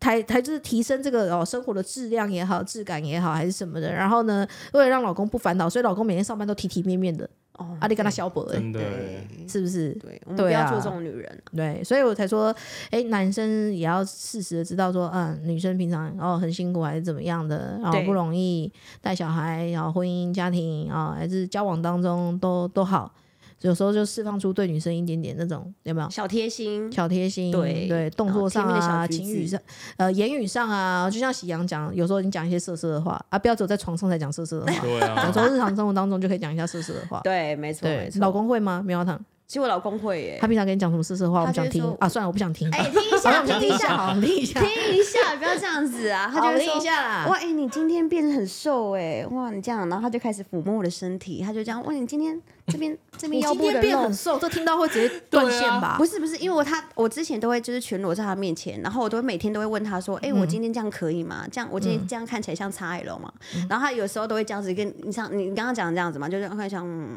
Speaker 1: 才才就是提升这个哦生活的质量也好、质感也好，还是什么的。然后呢，为了让老公不烦恼，所以老公每天上班都体体面面的，
Speaker 3: 哦
Speaker 1: 啊，你跟他消薄哎，
Speaker 2: 真的
Speaker 3: 对
Speaker 2: 欸，
Speaker 1: 是不是？
Speaker 3: 对，我们不
Speaker 1: 对啊
Speaker 3: 要做这种女人。
Speaker 1: 对，所以我才说，哎，男生也要适时的知道说，嗯，女生平常哦很辛苦还是怎么样的，然后
Speaker 3: 对
Speaker 1: 不容易带小孩，然后婚姻家庭啊、还是交往当中都都好，有时候就释放出对女生一点点那种有没有？
Speaker 3: 小贴心，
Speaker 1: 小贴心，
Speaker 3: 对
Speaker 1: 动作上
Speaker 3: 然
Speaker 1: 啊，
Speaker 3: 后甜
Speaker 1: 情
Speaker 3: 蜜
Speaker 1: 语
Speaker 3: 的小
Speaker 1: 上，呃，言语上啊，就像喜羊讲，有时候你讲一些色色的话啊，不要只有在床上才讲色色的 话，
Speaker 2: 对
Speaker 1: 有
Speaker 2: 啊
Speaker 1: 时，候日常生活当中就可以讲一下色色的话。
Speaker 3: 对，没错，
Speaker 1: 对
Speaker 3: 没，错。
Speaker 1: 老，公会吗？啊棉花糖，
Speaker 3: 其实我老公会耶
Speaker 1: 他，平常跟你讲什么色色的话？我不
Speaker 3: 他就
Speaker 1: 想
Speaker 3: 会
Speaker 1: 听
Speaker 3: 说
Speaker 1: 啊，算了，我不想听。
Speaker 3: 哎，听一
Speaker 1: 好
Speaker 3: 下，
Speaker 1: 像
Speaker 3: 听一下，
Speaker 1: 好，我们听一下，
Speaker 3: 听一下，不要这样子啊！他就
Speaker 1: 好
Speaker 3: 会
Speaker 1: 听
Speaker 3: 说
Speaker 1: 一下啦
Speaker 3: 哇，哎、你今天变得很瘦哎、哇，你这样，然后他就开始抚摸我的身体，他就这样，哇，你今天这边这边
Speaker 1: 你
Speaker 3: 腰
Speaker 1: 今
Speaker 3: 部
Speaker 1: 天
Speaker 3: 的
Speaker 1: 变
Speaker 3: 肉
Speaker 1: 很。瘦，这听到会直 接断线吧？
Speaker 3: 不是不是，因为我他我之前都会就是全裸在他面前，然后我都会每天都会问他说，哎、我今天这样可以吗？这样我今天这样看起来像 XL 吗？然后他有时候都会这样子跟你像你刚刚讲的这样子嘛，就是看像、嗯、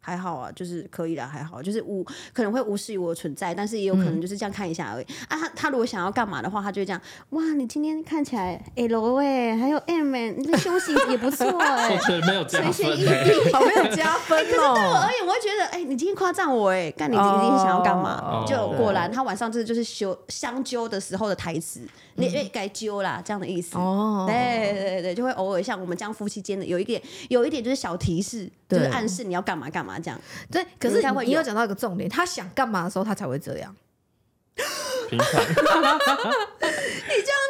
Speaker 3: 还好啊，就是可以的，还好，就是无可能会无视于我的存在，但是也有可能就是这样看一下而已。啊，他他如果想要干嘛的话，他就会这样，哇，你今天看起来 L 哎、还有 M 哎、你的胸型也不错哎、
Speaker 2: 我觉得没有加
Speaker 3: 垂涎
Speaker 2: 分
Speaker 3: 欲
Speaker 2: 欸，
Speaker 3: 滴，
Speaker 1: 好没有加分
Speaker 3: 我
Speaker 1: 哦
Speaker 3: 而。言，我会觉得，哎、你今天夸赞我、哎，干你一
Speaker 1: 哦
Speaker 3: 定想要干嘛
Speaker 2: 哦
Speaker 3: 就果然，他晚上这就是修相揪的时候的台词，你哎该揪啦，这样的意思。
Speaker 1: 哦，
Speaker 3: 对对对对，就会偶尔像我们这样夫妻间的有一点，有一点就是小提示，
Speaker 1: 对
Speaker 3: 就是暗示你要干嘛干嘛这样。
Speaker 1: 对，可
Speaker 3: 应
Speaker 1: 是
Speaker 3: 该会
Speaker 1: 你有
Speaker 3: 有
Speaker 1: 讲到一个重点，他想干嘛的时候，他才会这样。
Speaker 2: 平常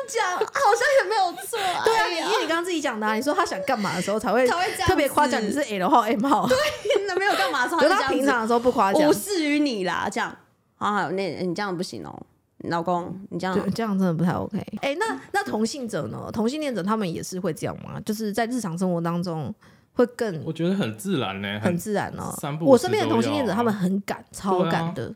Speaker 3: 讲好像也没有错、
Speaker 1: 对啊，你因为你刚刚自己讲的、啊，你说他想干嘛的时 候才会
Speaker 3: 才会这样子
Speaker 1: 特别夸奖你是 L 号 M 号， 对，啊
Speaker 3: 真的没有干嘛的时候，
Speaker 1: 可是
Speaker 3: 他
Speaker 1: 他
Speaker 3: 就这
Speaker 1: 平
Speaker 3: 样
Speaker 1: 常的时候不夸
Speaker 3: 子
Speaker 1: 奖
Speaker 3: 无，视于你啦，这样啊，那你这样不行哦、老公，你这样
Speaker 1: 对，这样真的不太 OK。哎、那那同性者呢？同性恋者他们也是会这样吗？就是在日常生活当中会更
Speaker 2: 我觉得很自然呢，
Speaker 1: 很自然哦、
Speaker 2: 三不五时
Speaker 1: 我身边的
Speaker 2: 都
Speaker 1: 同性恋者
Speaker 2: 要啊
Speaker 1: 他们很敢，超
Speaker 2: 对啊
Speaker 1: 敢的，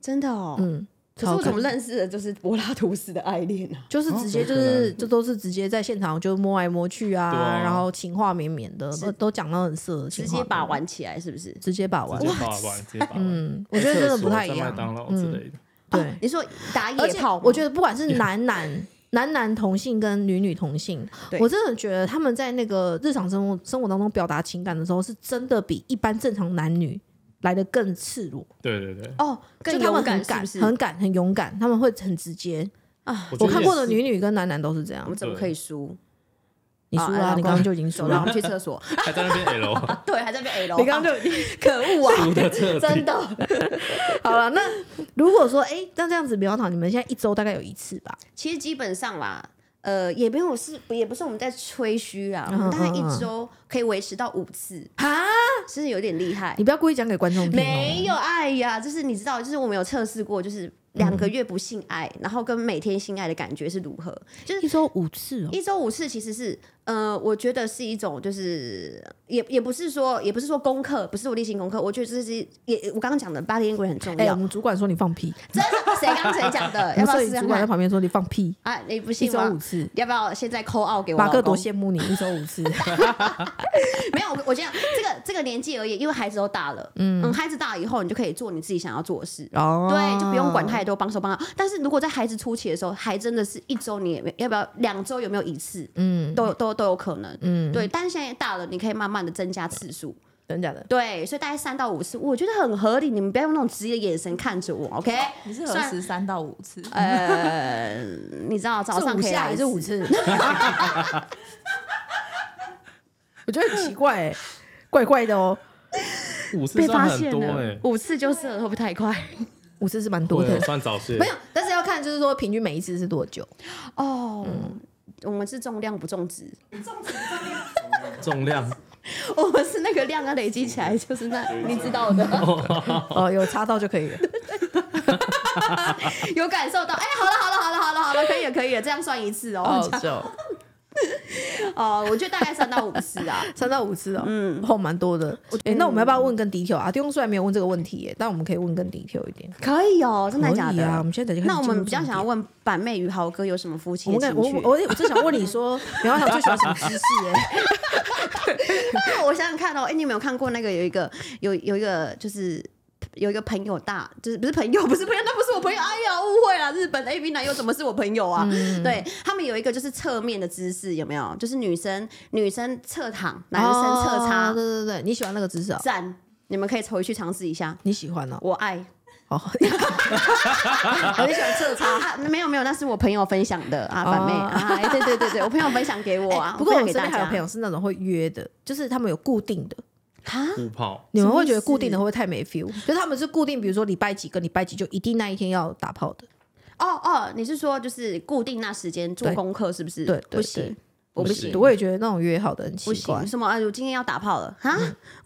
Speaker 3: 真的哦、
Speaker 1: 嗯，
Speaker 3: 可是
Speaker 1: 超
Speaker 3: 我怎么
Speaker 1: 敢。
Speaker 3: 认识的就是柏拉图式的爱恋 啊？
Speaker 1: 就是
Speaker 2: 哦
Speaker 1: 直接
Speaker 2: 怎
Speaker 1: 就
Speaker 2: 么可
Speaker 1: 是
Speaker 2: 能
Speaker 1: 就都是直接在现场就摸来摸去啊，
Speaker 2: 对啊
Speaker 1: 然后情话绵绵的，都都讲到很色的情
Speaker 3: 直
Speaker 1: 话绵
Speaker 3: 接
Speaker 1: 绵，
Speaker 3: 把玩起来，是不是？
Speaker 1: 直接把玩
Speaker 2: 直，接把玩，直接把玩。
Speaker 1: 嗯，我觉得真的不太一
Speaker 2: 在
Speaker 1: 样嗯
Speaker 2: 麦，当劳之类的，
Speaker 1: 对，
Speaker 3: 哦你说打
Speaker 1: 而
Speaker 3: 野
Speaker 1: 且
Speaker 3: 炮吗，
Speaker 1: 我觉得不管是男男男男同性跟女女同性，
Speaker 3: 对
Speaker 1: 我真的觉得他们在那个日常生活生活当中表达情感的时候，是真的比一般正常男女来的更赤裸，
Speaker 2: 对对对，
Speaker 3: 哦，更
Speaker 1: 就他
Speaker 3: 勇
Speaker 1: 们很
Speaker 3: 敢，是
Speaker 1: 敢
Speaker 3: 不是？
Speaker 1: 很敢很勇敢，他们会很直接，
Speaker 2: 啊
Speaker 1: 我看过的女女跟男男都是这样
Speaker 3: 我们。怎么可以输？
Speaker 1: 你输
Speaker 3: 啊
Speaker 1: 了，
Speaker 3: 哎
Speaker 1: 你刚刚就已经输
Speaker 3: 走了，我
Speaker 1: 了
Speaker 3: 们，去 厕所。
Speaker 2: 还在那边 L，
Speaker 3: 对，还在哎被 L，
Speaker 1: 你刚刚就已经
Speaker 3: 可恶啊！
Speaker 2: 输的彻
Speaker 3: 真
Speaker 2: 底。
Speaker 3: 的，
Speaker 1: 好了。那如果说，哎，那这样子，苗桃，你们现在一周大概有一次吧？
Speaker 3: 其实基本上啦，呃，也没有是，也不是我们在吹嘘啊，我
Speaker 1: 嗯
Speaker 3: 们大概
Speaker 1: 嗯嗯
Speaker 3: 一周可以维持到五次，
Speaker 1: 啊，
Speaker 3: 是有点厉害
Speaker 1: 你。不要故意讲给观众听哦。
Speaker 3: 哎没有爱呀，就是你知道，就是我们有测试过，就是两
Speaker 1: 嗯
Speaker 3: 个月不性爱，然后跟每天性爱的感觉是如何？就是
Speaker 1: 一周五次哦。
Speaker 3: 一周五次其实是，呃，我觉得是一种，就是也也不是说，也不是说功课，不是我例行功课，我觉得这是也我刚刚讲的 body language 很重
Speaker 1: 哎，
Speaker 3: 要，
Speaker 1: 我们主管说你放屁，
Speaker 3: 真的，谁刚谁讲 的？
Speaker 1: 我
Speaker 3: 啊
Speaker 1: 们
Speaker 3: 要不要
Speaker 1: 摄
Speaker 3: 试
Speaker 1: 影
Speaker 3: 试
Speaker 1: 主管在
Speaker 3: 看？
Speaker 1: 旁边说你放屁，
Speaker 3: 啊，你不
Speaker 1: 一
Speaker 3: 信
Speaker 1: 周五
Speaker 3: 吗？
Speaker 1: 次。
Speaker 3: 要不要现在扣二给我？
Speaker 1: 马克多
Speaker 3: 多
Speaker 1: 羡慕你，一周五 次。
Speaker 3: 没有，我我这样，这个这个年纪而已，因为孩子都大了，嗯孩子大了以后，你就可以做你自己想要做的事。
Speaker 1: 哦，
Speaker 3: 对，就不用管。太多，帮手帮脚。但是如果在孩子初期的时候，还真的是一周你也没要不要两周有没有一次，
Speaker 1: 嗯
Speaker 3: 都有都都有可能。
Speaker 1: 嗯，
Speaker 3: 对，但是现在大了，你可以慢慢的增加次数。
Speaker 1: 真假的？
Speaker 3: 对，所以大概三到五次，我觉得很合理。你们不要用那种质疑的眼神看着我，OK？
Speaker 4: 你是何
Speaker 3: 算
Speaker 4: 时三到五次？
Speaker 3: 呃，你知道早上
Speaker 1: 是五
Speaker 3: 可以
Speaker 1: 下
Speaker 3: 来
Speaker 1: 也
Speaker 3: 一
Speaker 1: 是
Speaker 3: 次
Speaker 1: 五次。 我觉得很奇怪、欸，怪怪的哦。
Speaker 2: 五次
Speaker 3: 被发
Speaker 2: 算很
Speaker 3: 现
Speaker 2: 多
Speaker 3: 了
Speaker 1: 欸
Speaker 2: 哎，，
Speaker 3: 啊五次就是了会不会太快？
Speaker 1: 五次是蛮多
Speaker 2: 对，啊
Speaker 1: 的
Speaker 2: 我，算早睡
Speaker 1: 没。有，但是要看就是说平均每一次是多久。
Speaker 3: 哦。我们是重量不重质，
Speaker 2: 重量
Speaker 3: 我们是那个量要累积起来，就是那你知道的，
Speaker 1: 嗯 哦，有插到就可以 了。
Speaker 3: 有感受到。哎，好了好了好了好了好了，可以了可以了，这样算一次哦。
Speaker 1: 哦，就
Speaker 3: 哦，我觉得大概三到五次啊。
Speaker 1: 三到五次哦，嗯，哦，蛮多的。哎、那我们要不要问更 detail 啊？弟兄虽然没有问这个问题耶，但我们可以问更 detail 一点。
Speaker 3: 可以哦，真的假
Speaker 1: 可以
Speaker 3: 的？
Speaker 1: 啊，我们现在就开始
Speaker 3: 那我
Speaker 1: 进入
Speaker 3: 们比较
Speaker 1: 重
Speaker 3: 想要
Speaker 1: 点。
Speaker 3: 问板妹与豪哥有什么夫妻
Speaker 1: 我
Speaker 3: 的
Speaker 1: 跟
Speaker 3: 情
Speaker 1: 我
Speaker 3: 趣？
Speaker 1: 我 我正想问你说，苗小最喜欢什么姿势耶？
Speaker 3: 我想想看哦，哎、你有没有看过那个有一个有有一个就是有一个朋友大，就是不是朋友，不 是朋友，那不是我朋友，哎呀，误会了，日本的哎 A V 男友怎么是我朋友啊？
Speaker 1: 嗯
Speaker 3: 对他们有一个就是侧面的姿势，有没有？就是女生女生侧躺，男生侧
Speaker 1: 哦
Speaker 3: 插，
Speaker 1: 对对对，你喜欢那个姿势哦？
Speaker 3: 赞、你们可以回去尝试一下。
Speaker 1: 你喜欢哦？
Speaker 3: 我爱，
Speaker 1: 哦，
Speaker 3: 我喜欢侧插、啊，没有没有，那是我朋友分享的啊，板妹、
Speaker 1: 哦哎
Speaker 3: 啊，哎对对对对，我朋友分享给我啊，
Speaker 1: 不过
Speaker 3: 我
Speaker 1: 我
Speaker 3: 分享
Speaker 1: 身
Speaker 3: 给
Speaker 1: 边
Speaker 3: 大
Speaker 1: 还有
Speaker 3: 家
Speaker 1: 朋友是那种会约的，就是他们有固定的。
Speaker 3: 啊，
Speaker 2: 不跑，
Speaker 1: 你们
Speaker 3: 什么
Speaker 1: 会
Speaker 3: 意
Speaker 1: 觉得固定的
Speaker 3: 思
Speaker 1: 会不会太没 feel？就是他们是固定，比如说礼拜几跟礼拜几就一定那一天要打炮的。
Speaker 3: 哦哦，你是说就是固定那时间做
Speaker 1: 对
Speaker 3: 功课是不是？
Speaker 1: 对对
Speaker 3: 不行
Speaker 1: 对，
Speaker 3: 我
Speaker 2: 不
Speaker 3: 不
Speaker 2: 行
Speaker 3: 行，
Speaker 1: 我也觉得那种约好的很奇
Speaker 3: 不
Speaker 1: 怪
Speaker 3: 行。。什么？哎，我今天要打炮了啊！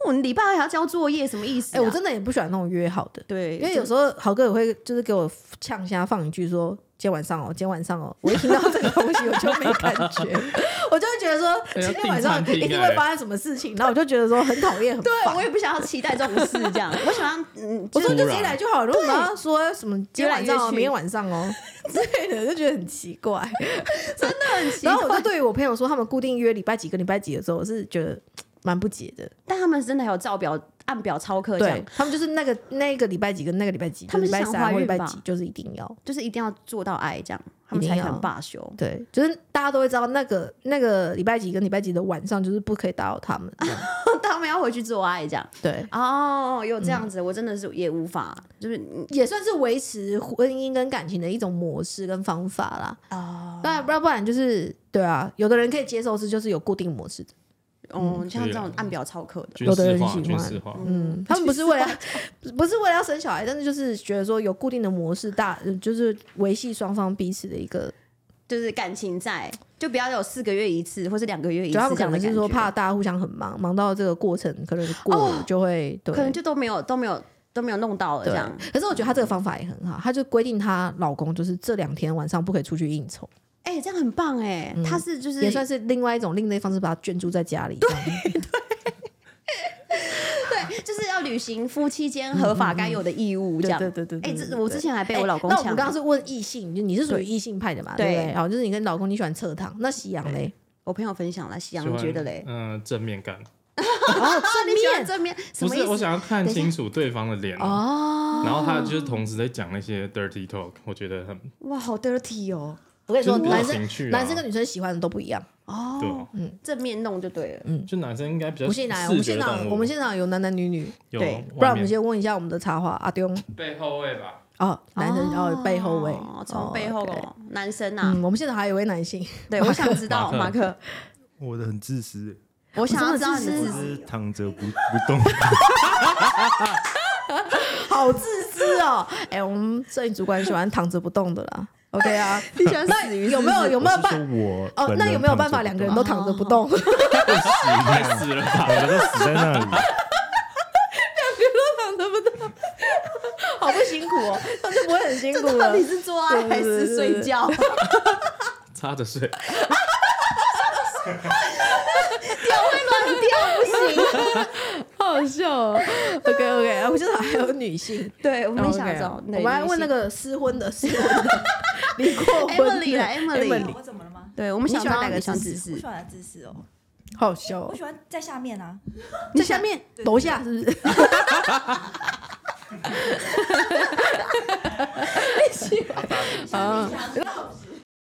Speaker 3: 我礼拜二还要交作业，什么意
Speaker 1: 嗯
Speaker 3: 思
Speaker 1: 哎、
Speaker 3: 啊？
Speaker 1: 我真的也不喜欢那种约好的，
Speaker 3: 对，
Speaker 1: 因为有时候豪哥也会就是给我呛一下放一句说。今天晚上哦，今天晚上哦，我一听到这个东西我就没感觉， 我就会觉得说
Speaker 2: 哎要
Speaker 1: 今天晚上
Speaker 2: 订餐厅
Speaker 1: 一定
Speaker 2: 哎
Speaker 1: 会发生什么事情，然后我就觉得说很讨厌，很
Speaker 3: 对
Speaker 1: 烦
Speaker 3: 我也不想要期待这种事，这样我喜欢嗯，
Speaker 1: 我
Speaker 3: 就
Speaker 1: 说
Speaker 3: 是
Speaker 1: 你就直接来就好了，为什么要说什么今天晚上
Speaker 3: 越来
Speaker 1: 哦、
Speaker 3: 越去
Speaker 1: 明天晚上哦之类的，就觉得很奇怪。
Speaker 3: 很 奇
Speaker 1: 然后我
Speaker 3: 怪
Speaker 1: 就。对于我朋友说，他们固定约礼拜几跟礼拜几的时候，我是觉得嘖蛮不解的。
Speaker 3: 但他们真的还有照表按表操课，这
Speaker 1: 对
Speaker 3: 样
Speaker 1: 他们就是那个那个礼拜几跟那个礼拜几，
Speaker 3: 他们
Speaker 1: 就是礼拜
Speaker 3: 想怀
Speaker 1: 三或礼
Speaker 3: 孕
Speaker 1: 拜
Speaker 3: 吧
Speaker 1: 几就是一定要。
Speaker 3: 就是一定要做到爱这样，他们
Speaker 1: 一定
Speaker 3: 才
Speaker 1: 要
Speaker 3: 肯罢休。
Speaker 1: 对，就是大家都会知道那个那个礼拜几跟礼拜几的晚上，就是不可以打扰他们。这样
Speaker 3: 他们要回去做爱这样。
Speaker 1: 对，
Speaker 3: 哦，有这
Speaker 1: 嗯
Speaker 3: 样子，我真的是也无法，就是嗯
Speaker 1: 也算是维持婚姻跟感情的一种模式跟方法啦。
Speaker 3: 啊，
Speaker 1: 当然，不然不然就是对啊，有的人可以接受是就是有固定模式的。嗯
Speaker 3: 哦，像
Speaker 2: 对
Speaker 3: 这种
Speaker 2: 啊
Speaker 3: 按表操课的，
Speaker 2: 军
Speaker 1: 有的
Speaker 2: 事
Speaker 1: 人
Speaker 2: 化，
Speaker 1: 喜
Speaker 2: 军
Speaker 1: 欢
Speaker 2: 事化。
Speaker 1: 嗯，他们不是为了 不是为了要生小孩，但是就是觉得说有固定的模式大，呃就是维系双方彼此的一个。
Speaker 3: 就是感情在，就不要有四个月一次或是两个月一
Speaker 1: 主
Speaker 3: 次
Speaker 1: 要他们
Speaker 3: 这
Speaker 1: 可
Speaker 3: 样的
Speaker 1: 能
Speaker 3: 感
Speaker 1: 是
Speaker 3: 觉。
Speaker 1: 说怕大家互相很忙，忙到这个过程可能过了
Speaker 3: 哦
Speaker 1: 就会、对，
Speaker 3: 可能就都没有都没有都没有弄到了这
Speaker 1: 对
Speaker 3: 样。。
Speaker 1: 可是我觉得她这个方法也很好，她就规定她老公就是这两天晚上不可以出去应酬，
Speaker 3: 哎、这样很棒哎、
Speaker 1: 嗯
Speaker 3: 他是就是
Speaker 1: 也算是另外一种另类方式，把她圈住在家里。对，
Speaker 3: 对，就是要履行夫妻间合法该有的义务
Speaker 1: 嗯
Speaker 3: 这
Speaker 1: 对
Speaker 3: 样。
Speaker 1: 对对嗯对对。
Speaker 3: 哎、
Speaker 1: 对
Speaker 3: 这我之。前还
Speaker 1: 对
Speaker 3: 被我老公
Speaker 1: 哎那
Speaker 3: 呛、
Speaker 1: 我们刚刚是问异性，就你是属于
Speaker 3: 对
Speaker 1: 异性派的嘛？
Speaker 3: 对
Speaker 1: 对不对？然后就是你跟老公你喜欢侧躺，那夕阳嘞？
Speaker 3: 我朋友分享了，夕
Speaker 2: 喜
Speaker 3: 阳
Speaker 2: 欢
Speaker 3: 觉得嘞，
Speaker 2: 嗯、正面感
Speaker 1: 哦，
Speaker 3: 啊，
Speaker 1: 正
Speaker 3: 你喜欢
Speaker 1: 面
Speaker 3: 正面什
Speaker 2: 不
Speaker 3: 么意
Speaker 2: 是，我
Speaker 3: 思？
Speaker 2: 想要看
Speaker 3: 等一下
Speaker 2: 清楚对方的脸啊、
Speaker 1: 哦
Speaker 2: 然后他就是同时在讲那些 dirty talk，我觉得很
Speaker 3: 哇，好 dirty 哦，
Speaker 1: 我跟你说，
Speaker 2: 就是
Speaker 1: 男
Speaker 2: 有情
Speaker 1: 生、
Speaker 2: 趣啊
Speaker 1: 男生跟女生喜欢的都不一样。
Speaker 2: 对
Speaker 3: 哦
Speaker 2: 啊，
Speaker 3: 正面弄就对了。
Speaker 2: 就男生应该比较
Speaker 1: 不信嗯来，我们
Speaker 2: 视
Speaker 1: 现
Speaker 2: 觉动
Speaker 1: 场
Speaker 2: 物
Speaker 1: 我们现场有男男女女，
Speaker 2: 有
Speaker 3: 对
Speaker 2: 外
Speaker 1: 不然我们
Speaker 2: 面
Speaker 1: 先问一下我们的插画阿丢。
Speaker 2: 背后位吧，
Speaker 1: 哦，男生哦背后位
Speaker 3: 哦，从背后
Speaker 1: 哦，OK
Speaker 3: 哦，男生啊，
Speaker 1: 嗯，我们现在还有一位男性，
Speaker 3: 对我想知道马
Speaker 2: 马
Speaker 3: 克，
Speaker 4: 我的很自私，
Speaker 3: 我想要知道你
Speaker 1: 我
Speaker 3: 的
Speaker 1: 真
Speaker 4: 我
Speaker 1: 的
Speaker 3: 自
Speaker 1: 自
Speaker 3: 私。
Speaker 4: 是躺着不不动。
Speaker 1: 好自私哦！哎，我们摄影主管喜欢躺着不动的 啦。OK 啊，
Speaker 3: 你喜欢
Speaker 1: 那
Speaker 3: 死鱼是
Speaker 1: 有
Speaker 3: 不
Speaker 1: 没
Speaker 3: 是
Speaker 1: 有有没有
Speaker 4: 我是
Speaker 1: 办？
Speaker 4: 说我
Speaker 1: 啊哦，那有没有办法两个人都躺着不动？
Speaker 3: 哦
Speaker 1: 躺
Speaker 2: 太死了 吧？
Speaker 4: 我都死在 那里？
Speaker 1: 着不动，好不辛苦 哦，那就不会很辛苦
Speaker 3: 到
Speaker 1: 了
Speaker 3: 底。是做爱还是睡觉？
Speaker 2: 插着睡，
Speaker 1: 好好笑哦。OK OK，我们现在还有女性，
Speaker 3: 对，我
Speaker 1: 我
Speaker 3: 们想要知道。
Speaker 1: 我们还问那
Speaker 3: 个，
Speaker 1: 个私婚的，私婚 的，离过婚的
Speaker 3: Emily 啦，Emily
Speaker 1: Emily
Speaker 5: 我怎么了吗？
Speaker 3: 对我们想知道你喜欢自
Speaker 5: 我
Speaker 3: 私
Speaker 5: 喜。欢的姿势哦，
Speaker 1: 好笑
Speaker 5: 我
Speaker 1: 哦，
Speaker 5: 喜欢在下面啊，
Speaker 1: 在下面楼下是不是？啊，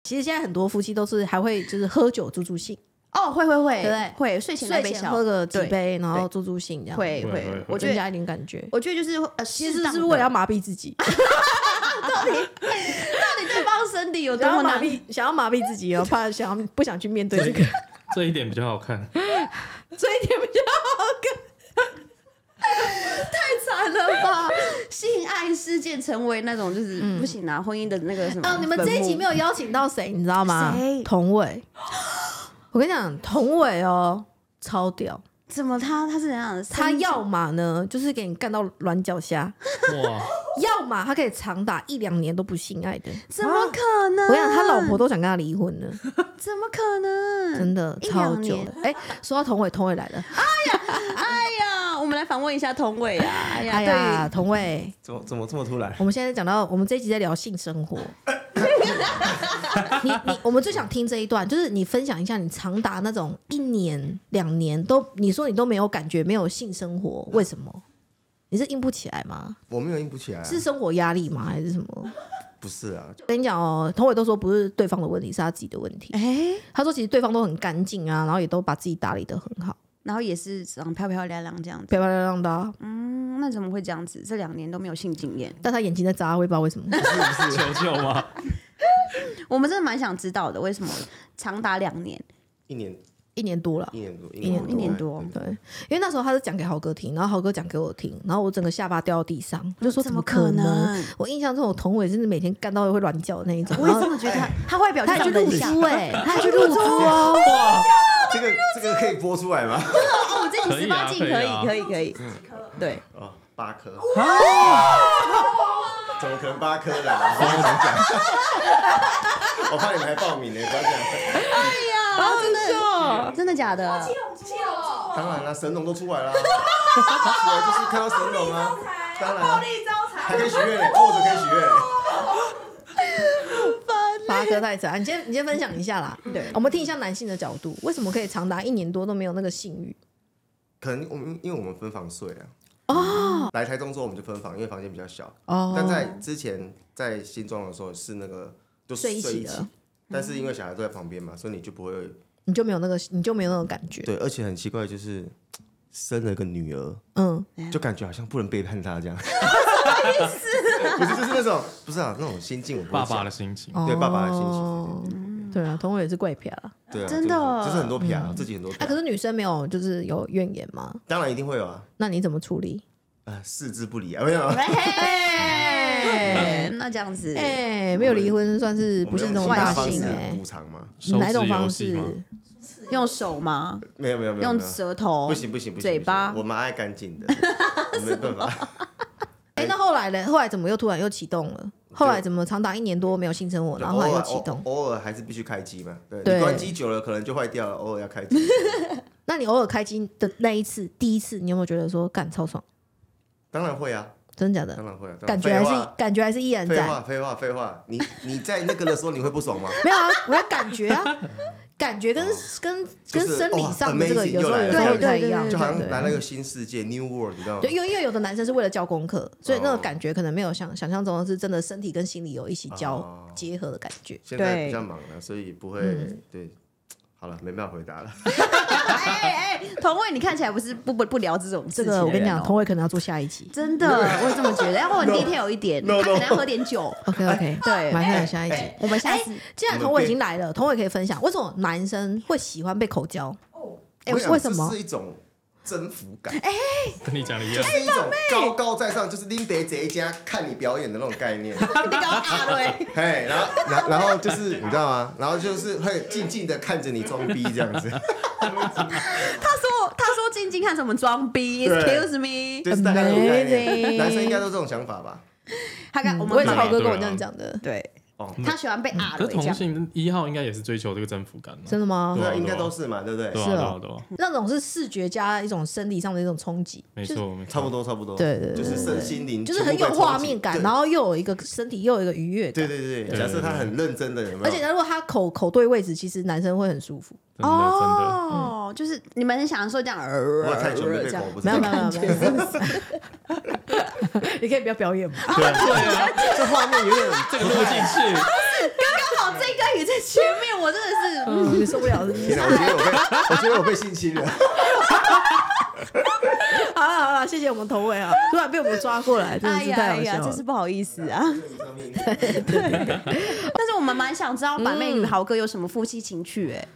Speaker 1: 其实现在很多夫妻都是还会就是喝酒助助兴，
Speaker 3: 哦，会会会，
Speaker 1: 对不对
Speaker 3: 会睡前来
Speaker 1: 睡
Speaker 3: 一杯
Speaker 1: 前
Speaker 3: 小
Speaker 1: 喝个几
Speaker 3: 对
Speaker 1: 杯，然后助助兴这样，
Speaker 3: 会
Speaker 2: 会会
Speaker 3: 会，我
Speaker 1: 我
Speaker 3: 觉
Speaker 1: 增加
Speaker 3: 得
Speaker 1: 一点感觉。
Speaker 3: 我觉得就是呃，
Speaker 1: 其实
Speaker 3: 适当
Speaker 1: 是
Speaker 3: 的
Speaker 1: 为了要麻痹自己，
Speaker 3: 到底对方身体有多
Speaker 1: 想
Speaker 3: 么
Speaker 1: 要麻
Speaker 3: 难？
Speaker 1: 痹， 想要麻痹自己 哦，怕想要不想去面对这个，
Speaker 2: 这一点比较好看。
Speaker 1: 这一点比较好看。
Speaker 3: 惨了吧！ 性爱事件成为那种就是不行啊，婚姻的那个什么。
Speaker 1: 哦，你们这一集没
Speaker 3: 有？
Speaker 1: 有邀请到谁，你知道吗
Speaker 3: 谁？
Speaker 1: 童伟， 我跟你讲，童伟哦，超屌。
Speaker 3: 怎么他他是怎样的？
Speaker 1: 他要么呢，就是给你干到软脚 虾；
Speaker 2: 哇，
Speaker 1: 要么他可以长达一两年都不性爱的。
Speaker 3: 怎么可能？
Speaker 1: 我跟你讲，他老婆都想跟他离婚 了，
Speaker 3: 怎么可能？
Speaker 1: 真的
Speaker 3: 一
Speaker 1: 超
Speaker 3: 两
Speaker 1: 久
Speaker 3: 年
Speaker 1: 的。哎，说到童伟，童伟来了。
Speaker 3: 哎呀，我们来访问一下童伟啊！哎呀，
Speaker 1: 哎呀，童伟，
Speaker 6: 怎么怎么这么突然？
Speaker 1: 我们现在讲到，我们这一集在聊性生活。 你你，我们最想听这一段，就是你分享一下你长达那种一年两年都，你说你都没有感觉，没有性生活，为什么？你是硬不起来吗？
Speaker 6: 我没有硬不起来、啊，
Speaker 3: 嗯
Speaker 1: 是生活压力吗？还是什么？
Speaker 6: 不是啊？
Speaker 1: 我跟你讲哦，童伟都说不是对方的问题，是他自己的问题。
Speaker 3: 对，哎，
Speaker 1: 他说其实对方都很干净啊，然后也都把自己打理的很好，
Speaker 3: 然后也是长得漂漂亮亮这样子。
Speaker 1: 漂漂亮亮的啊、
Speaker 3: 嗯，那怎么会这样子？这两年都没有性经验，
Speaker 1: 但他眼睛在眨，我也不知道为什么。
Speaker 2: 求救 吗？
Speaker 3: 我们真的蛮想知道的，为什么长达两年？
Speaker 6: 一年
Speaker 1: 一年多了，
Speaker 6: 一年多，
Speaker 1: 一年多嗯
Speaker 6: 一年
Speaker 3: 一
Speaker 6: 多
Speaker 3: 年
Speaker 1: 对，因为那时候他是讲给豪哥听，然后豪哥讲给我听，然后我整个下巴掉到地上，就说
Speaker 3: 怎
Speaker 1: 么
Speaker 3: 么
Speaker 1: 可
Speaker 3: 可能？
Speaker 1: 我印象中，我童伟真的每天干到会软脚的那一种，
Speaker 3: 我也这么觉得他，他外表
Speaker 1: 然后他还去
Speaker 3: 长得
Speaker 1: 露
Speaker 3: 很像。
Speaker 1: 珠哎、他还去露珠哦，
Speaker 6: 这个这个可以播出来吗？
Speaker 3: 哦，我这
Speaker 2: 可
Speaker 3: 里十
Speaker 2: 以啊
Speaker 3: 八禁，可
Speaker 2: 可以
Speaker 3: 以
Speaker 2: 啊，
Speaker 3: 可以，可以。对，
Speaker 6: 哦，八颗， 怎么可能八颗 的、啊？我不想讲，我怕你们还报名呢，不要这样。
Speaker 3: 啊，真
Speaker 1: 哦
Speaker 3: 的，真的假的？
Speaker 6: 当然啦、神龙都出 来啦、出来就是看到神龙啊，当然、啊，
Speaker 5: 招财
Speaker 6: 还可以许愿呢，坐着可以许愿呢。
Speaker 1: 八哥太扯，你先你先分享一下啦，
Speaker 3: 对
Speaker 1: 我们听一下男性的角度，为什么可以长达一年多都没有那个性欲？
Speaker 6: 可能我们因为我们分房睡啊。哦，来台中之后我们就分房，因为房间比较小。
Speaker 1: 哦
Speaker 6: 但在之前在新庄的时候是那个就
Speaker 1: 睡一
Speaker 6: 一
Speaker 1: 起
Speaker 6: 起
Speaker 1: 的，嗯
Speaker 6: 但是因为小孩都在旁边嘛，所以你就不会有
Speaker 1: 你就没有那个你就没有那种感觉，
Speaker 6: 对，而且很奇怪就是生了个女儿，
Speaker 1: 嗯，
Speaker 6: 就感觉好像不能背叛 她这样。不是，就是那种不是啊，那种心境我不会
Speaker 2: 爸
Speaker 6: 讲
Speaker 2: 爸的心情，
Speaker 6: 对爸爸的心
Speaker 1: 哦
Speaker 6: 情，
Speaker 1: 对啊，童伟也是怪癖啦，
Speaker 6: 对啊，
Speaker 3: 真的
Speaker 6: 就是就是很多撇啊，自己很多
Speaker 1: 哎、
Speaker 6: 撇
Speaker 1: 哦可，是女生没有就是有怨言吗？
Speaker 6: 当然一定会有啊，
Speaker 1: 那你怎么处理？
Speaker 6: 呃，四肢不离啊，没有 啊，
Speaker 1: 哎
Speaker 3: 哎，那这样子，
Speaker 1: 哎、没有离婚算是
Speaker 6: 我
Speaker 1: 不
Speaker 6: 们
Speaker 1: 是
Speaker 6: 用
Speaker 1: 那种
Speaker 6: 其他
Speaker 1: 大
Speaker 6: 方
Speaker 1: 幸
Speaker 6: 式啊
Speaker 1: 哎、
Speaker 6: 补偿嘛，
Speaker 2: 手
Speaker 1: 哪一
Speaker 2: 指
Speaker 1: 种
Speaker 2: 游
Speaker 1: 方
Speaker 2: 戏
Speaker 1: 式
Speaker 2: 吗？？
Speaker 3: 用手吗？
Speaker 6: 没有没有没有，
Speaker 3: 用
Speaker 6: 没有
Speaker 3: 舌头？
Speaker 6: 不行不行不行，
Speaker 3: 嘴巴
Speaker 6: 不行我蛮爱干 净的，我没有办法。
Speaker 1: 哎、那后来呢？后来怎么又突然又启动了？后来怎么长达一年多没有性生活，然后后来
Speaker 6: 偶
Speaker 1: 又
Speaker 6: 尔
Speaker 1: 启动？
Speaker 6: 偶偶尔还是必须开机嘛，对，
Speaker 1: 对
Speaker 6: 你关机久了可能就坏掉了，偶尔要开机。
Speaker 1: 那你偶尔开机的那一次，第一次，你有没有觉得说干超爽？
Speaker 6: 当然会啊，
Speaker 1: 真的假
Speaker 6: 当
Speaker 1: 的？
Speaker 6: 然会啊，当然
Speaker 1: 感觉还
Speaker 6: 废
Speaker 1: 是
Speaker 6: 话
Speaker 1: 感觉还是依然
Speaker 6: 废
Speaker 1: 在，
Speaker 6: 话废话废话，你你在那个的时候你会不 爽吗？
Speaker 1: 没有啊？我要感觉 啊，感觉跟跟
Speaker 6: 哦就
Speaker 1: 跟
Speaker 6: 是
Speaker 1: 生理
Speaker 6: 哇
Speaker 1: 上的这个
Speaker 6: amazing，
Speaker 1: 有时候
Speaker 6: 又来
Speaker 1: 有
Speaker 6: 了
Speaker 1: 时候
Speaker 6: 对
Speaker 1: 不太一样，
Speaker 6: 就好像
Speaker 1: 对
Speaker 6: 来了一个新世界 New World，你知道吗
Speaker 1: 对，？因为因为有的男生是为了交功课，所以那个
Speaker 6: 哦
Speaker 1: 感觉可能没有想想象中的是真的身体跟心理有一起交
Speaker 6: 哦
Speaker 1: 结合的感觉。
Speaker 6: 现在
Speaker 3: 对
Speaker 6: 比较忙了，所以不会对。好了，没办法回答了。
Speaker 3: 哎哎，同位，你看起来不是不不不聊这种
Speaker 1: 这
Speaker 3: 事情的
Speaker 1: 个
Speaker 3: 人哦
Speaker 1: 我跟你讲，同伟可能要做下一集。
Speaker 3: 真的，我也这么觉得。要不我 detail 一点，
Speaker 6: No,
Speaker 3: 他
Speaker 6: no,
Speaker 3: 可能要喝点酒。
Speaker 6: 哎
Speaker 1: OK OK，
Speaker 3: 对
Speaker 1: 马上有下一集。
Speaker 3: 我们下次
Speaker 1: 既然同伟已经来了，同伟可以分享为什么男生会喜欢被口交？哎，
Speaker 6: 我想
Speaker 1: 为什么哎
Speaker 6: 这是？一种征服感，
Speaker 2: 跟你讲的一
Speaker 6: 就
Speaker 2: 样，
Speaker 6: 是一种高高在上，就是拎得贼家看你表演的那种 概念。
Speaker 3: 你搞大对，
Speaker 6: 嘿，然后然然后就是你知道吗？然后就是会静静的看着你装逼这样子，
Speaker 3: 他说他说静静看什么装逼
Speaker 6: 对
Speaker 3: ，excuse me，
Speaker 6: 就是大概这种概念。
Speaker 1: Amazing
Speaker 6: 男生应该都这种想法吧？
Speaker 3: 他看我
Speaker 1: 嗯我也
Speaker 3: 们
Speaker 1: 是
Speaker 2: 对啊
Speaker 1: 豪哥跟我
Speaker 2: 对啊
Speaker 1: 这样讲的，
Speaker 3: 对
Speaker 6: 哦，
Speaker 3: 他喜欢被啊
Speaker 2: 可
Speaker 3: 对
Speaker 2: 是
Speaker 3: 这
Speaker 2: 同
Speaker 3: 样。
Speaker 2: 性一号应该也是追求这个征服感嘛，
Speaker 1: 真的吗？
Speaker 2: 对啊
Speaker 6: 那应该都是嘛，对不对
Speaker 2: 对？啊
Speaker 1: 是
Speaker 2: 对
Speaker 1: 哦
Speaker 2: 啊对啊，
Speaker 1: 那种是视觉加一种生理上的一种冲击，
Speaker 2: 没错没错，
Speaker 6: 差不多，差不多。
Speaker 1: 对对对
Speaker 6: 就是身心灵，
Speaker 1: 就是很有画面感，然后又有一个身体又有一个愉悦
Speaker 6: 对
Speaker 1: 感。
Speaker 6: 对对对，
Speaker 2: 对
Speaker 6: 假设他很认真的，有没有？
Speaker 1: 而且呢，如果他口口对位置，其实男生会很舒服。
Speaker 2: 真的真的。
Speaker 3: 哦，就是你们很享受这样，
Speaker 6: 我太久没
Speaker 3: 呃
Speaker 6: 被
Speaker 3: 这样
Speaker 6: 狗，不知
Speaker 1: 没有
Speaker 6: 道
Speaker 1: 没有没有，没有 你可以不要表演吗？
Speaker 6: 啊这画面有点
Speaker 2: 啊 这个录进去，
Speaker 3: 刚好这个也在前面，我真的是
Speaker 1: 嗯，受不了是不是
Speaker 6: 天哪！我觉得我被， 我觉得我被性侵了。
Speaker 1: 好了好了，谢谢我们头尾啊，突然被我们抓过来，真的
Speaker 3: 哎
Speaker 1: 是
Speaker 3: 呀
Speaker 1: 太
Speaker 3: 哎
Speaker 1: 好
Speaker 3: 呀，
Speaker 1: 笑
Speaker 3: 真
Speaker 1: 了
Speaker 3: 是。不好意思啊。
Speaker 6: 对
Speaker 3: 但是我们蛮想知道板妹与豪哥有什么夫妻情趣哎、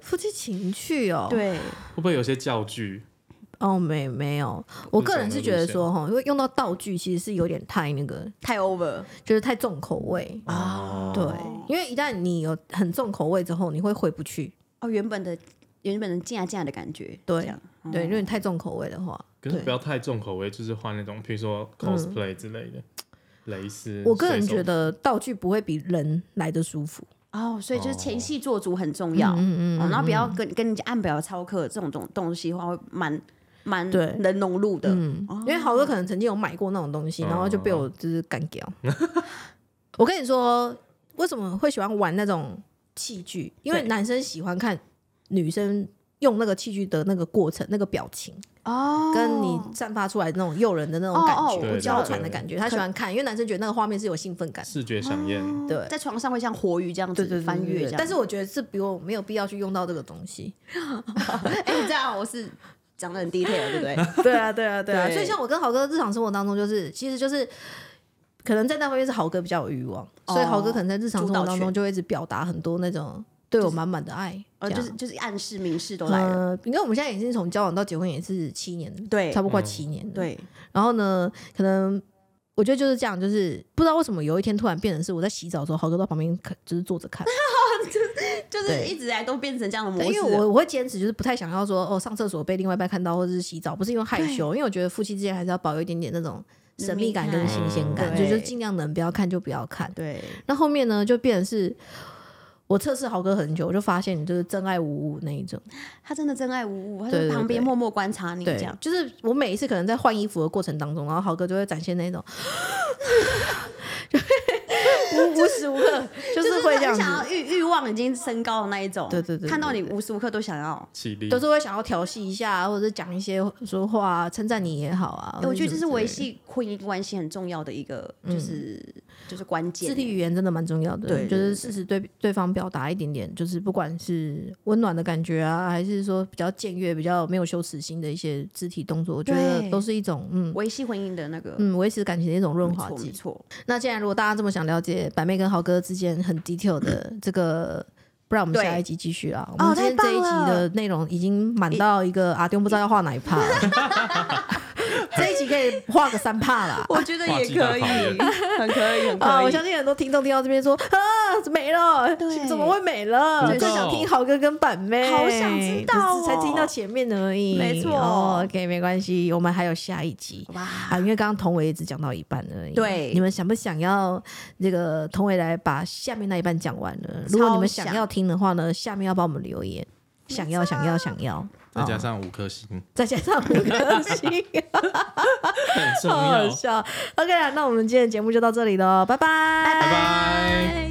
Speaker 1: 夫妻情趣哦，，
Speaker 3: 对，
Speaker 2: 会不会有些教具？
Speaker 1: 哦没没有，我个人是觉得说哈，因为用到道具其实是有点太那个，
Speaker 3: 太 over
Speaker 1: 就是太重口味啊。
Speaker 3: 啊
Speaker 1: 对，因为一旦你有很重口味之后，你会回不去。
Speaker 3: 哦，原本的原本的架架的感觉，
Speaker 1: 对
Speaker 3: 这样哦
Speaker 1: 对，因为你太重口味的话，
Speaker 2: 可是
Speaker 1: 对嗯
Speaker 2: 不要太重口味，就是换那种，譬如说 cosplay 之类的，蕾丝。
Speaker 1: 我个人
Speaker 2: 水手
Speaker 1: 觉得道具不会比人来的舒服。哦
Speaker 3: 哦，所以就是前戏做足很重要，嗯嗯然后不要跟跟人家按表操课这种种东西的话，会蛮蛮
Speaker 1: 对
Speaker 3: 能融入的，
Speaker 1: 嗯，因为豪哥可能曾经有买过那种东西，然后就
Speaker 3: 哦
Speaker 1: 被我就是干掉。 我跟你说，为什么会喜欢玩那种器具？因为
Speaker 3: 对
Speaker 1: 男生喜欢看女生用那个器具的那个过程、那个表情，
Speaker 3: 哦
Speaker 1: 跟你散发出来的那种诱人的那种
Speaker 3: 哦
Speaker 1: 感
Speaker 3: 哦
Speaker 1: 觉、
Speaker 2: 我知道
Speaker 1: 交缠的感觉，他喜欢看，因为男生觉得那个画面是有兴奋感的。
Speaker 2: 视觉赏艳，
Speaker 1: 对
Speaker 3: 在床上会像活鱼这样
Speaker 1: 对对
Speaker 3: 子翻
Speaker 1: 对
Speaker 3: 越这样，
Speaker 1: 但是我觉得是比我没有必要去用到这个东西。
Speaker 3: 哎、你这样我是讲的很 detail 对不 对？
Speaker 1: 对啊，对啊，对啊。
Speaker 3: 对
Speaker 1: 所以像我跟豪哥日常生活当中，就是其实就是可能在那方面是豪哥比较有欲望，
Speaker 3: 哦
Speaker 1: 所以豪哥可能在日常生活
Speaker 3: 主导
Speaker 1: 当中
Speaker 3: 权
Speaker 1: 就会一直表达很多那种对我满满的爱，
Speaker 3: 呃，
Speaker 1: 这
Speaker 3: 就
Speaker 1: 样
Speaker 3: 是就是暗示明示都来了，
Speaker 1: 呃，你看我们现在已经从交往到结婚也是七年了，
Speaker 3: 对
Speaker 1: 差不多快七年了。，
Speaker 3: 对，
Speaker 1: 然后呢，可能我觉得就是这样，就是不知道为什么有一天突然变成是我在洗澡的时候，豪哥到旁边看，就是坐着看，
Speaker 3: 就是
Speaker 1: 对
Speaker 3: 一直来都变成这样的模
Speaker 1: 对
Speaker 3: 式啊
Speaker 1: 因
Speaker 3: 了，
Speaker 1: 为我我会坚持，就是不太想要说哦上厕所被另外一半看到，或者是洗澡，不是因为害羞，因为我觉得夫妻之间还是要保有一点点那种神秘感跟新鲜感，
Speaker 3: 嗯
Speaker 1: 所以就
Speaker 3: 对
Speaker 1: 尽量能不要看就不要看。
Speaker 3: 对，
Speaker 1: 那后面呢，就变成是我测试豪哥很久，我就发现你就是真爱无误那一种。
Speaker 3: 他真的真爱无误，他
Speaker 1: 对
Speaker 3: 在
Speaker 1: 对
Speaker 3: 旁边
Speaker 1: 对
Speaker 3: 默默观察你这
Speaker 1: 对
Speaker 3: 样，。
Speaker 1: 就是我每一次可能在换衣服的过程当中，然后豪哥就会展现那种 就会。无无时无 刻就是会这样
Speaker 3: 很
Speaker 1: 子，
Speaker 3: 想要欲欲望已经升高的那一种，
Speaker 1: 对对对对哦
Speaker 3: 看到你无时无刻都想要。
Speaker 2: 气力
Speaker 1: 都。是会想要调戏一下，或者是讲一些说话啊称赞你也好啊。
Speaker 3: 我觉得这是维
Speaker 1: 微
Speaker 3: 系婚姻关系很重要的一个，
Speaker 1: 嗯
Speaker 3: 就是就是关键
Speaker 1: 肢。体语言真的蛮重要的，
Speaker 3: 对
Speaker 1: 就是适时对对方表达一点点，就是不管是温暖的感觉啊，还是说比较僭越、比较没有羞耻心的一些肢体动作，我觉得
Speaker 3: 对
Speaker 1: 都是一种嗯
Speaker 3: 维系婚姻的那个
Speaker 1: 嗯维持感情的一种润
Speaker 3: 没
Speaker 1: 滑
Speaker 3: 错没
Speaker 1: 剂。
Speaker 3: 错，
Speaker 1: 那既然如果大家这么想了解板妹跟豪哥之间很 detail 的这个。不然我们
Speaker 3: 对哦
Speaker 1: 下一集继续啊！我们今天
Speaker 3: 太
Speaker 1: 这
Speaker 3: 棒
Speaker 1: 一集的内容已经满到一个阿啊丢不知道要画哪一趴了， 这一集可以画个三趴啦。
Speaker 3: 我觉得
Speaker 2: 也可以跨界大
Speaker 3: 很可 以，很
Speaker 1: 啊，我相信很多听众听到这边说啊，没了，
Speaker 3: 对
Speaker 1: 怎么会没了？
Speaker 2: 对
Speaker 1: 就想听豪哥跟板妹，
Speaker 3: 好想知道哦
Speaker 1: 只是才听到前面而已。
Speaker 3: 没错
Speaker 1: 哦，OK，没关系，我们还有下一集。
Speaker 3: 哇，
Speaker 1: 啊，因为刚刚童伟也只讲到一半而已。
Speaker 3: 对
Speaker 1: 你们想不想要这个童伟来把下面那一半讲完呢？如果你们想要听的话呢，下面要帮我们留言。想要，想要，想要，
Speaker 2: 再加
Speaker 1: 哦
Speaker 2: 上五 颗星，
Speaker 1: 再加上五颗 星，
Speaker 2: 很重
Speaker 1: 好好
Speaker 2: 要。
Speaker 1: 笑。OK 啦，那我们今天的节目就到这里喽，拜拜，拜
Speaker 2: 拜拜。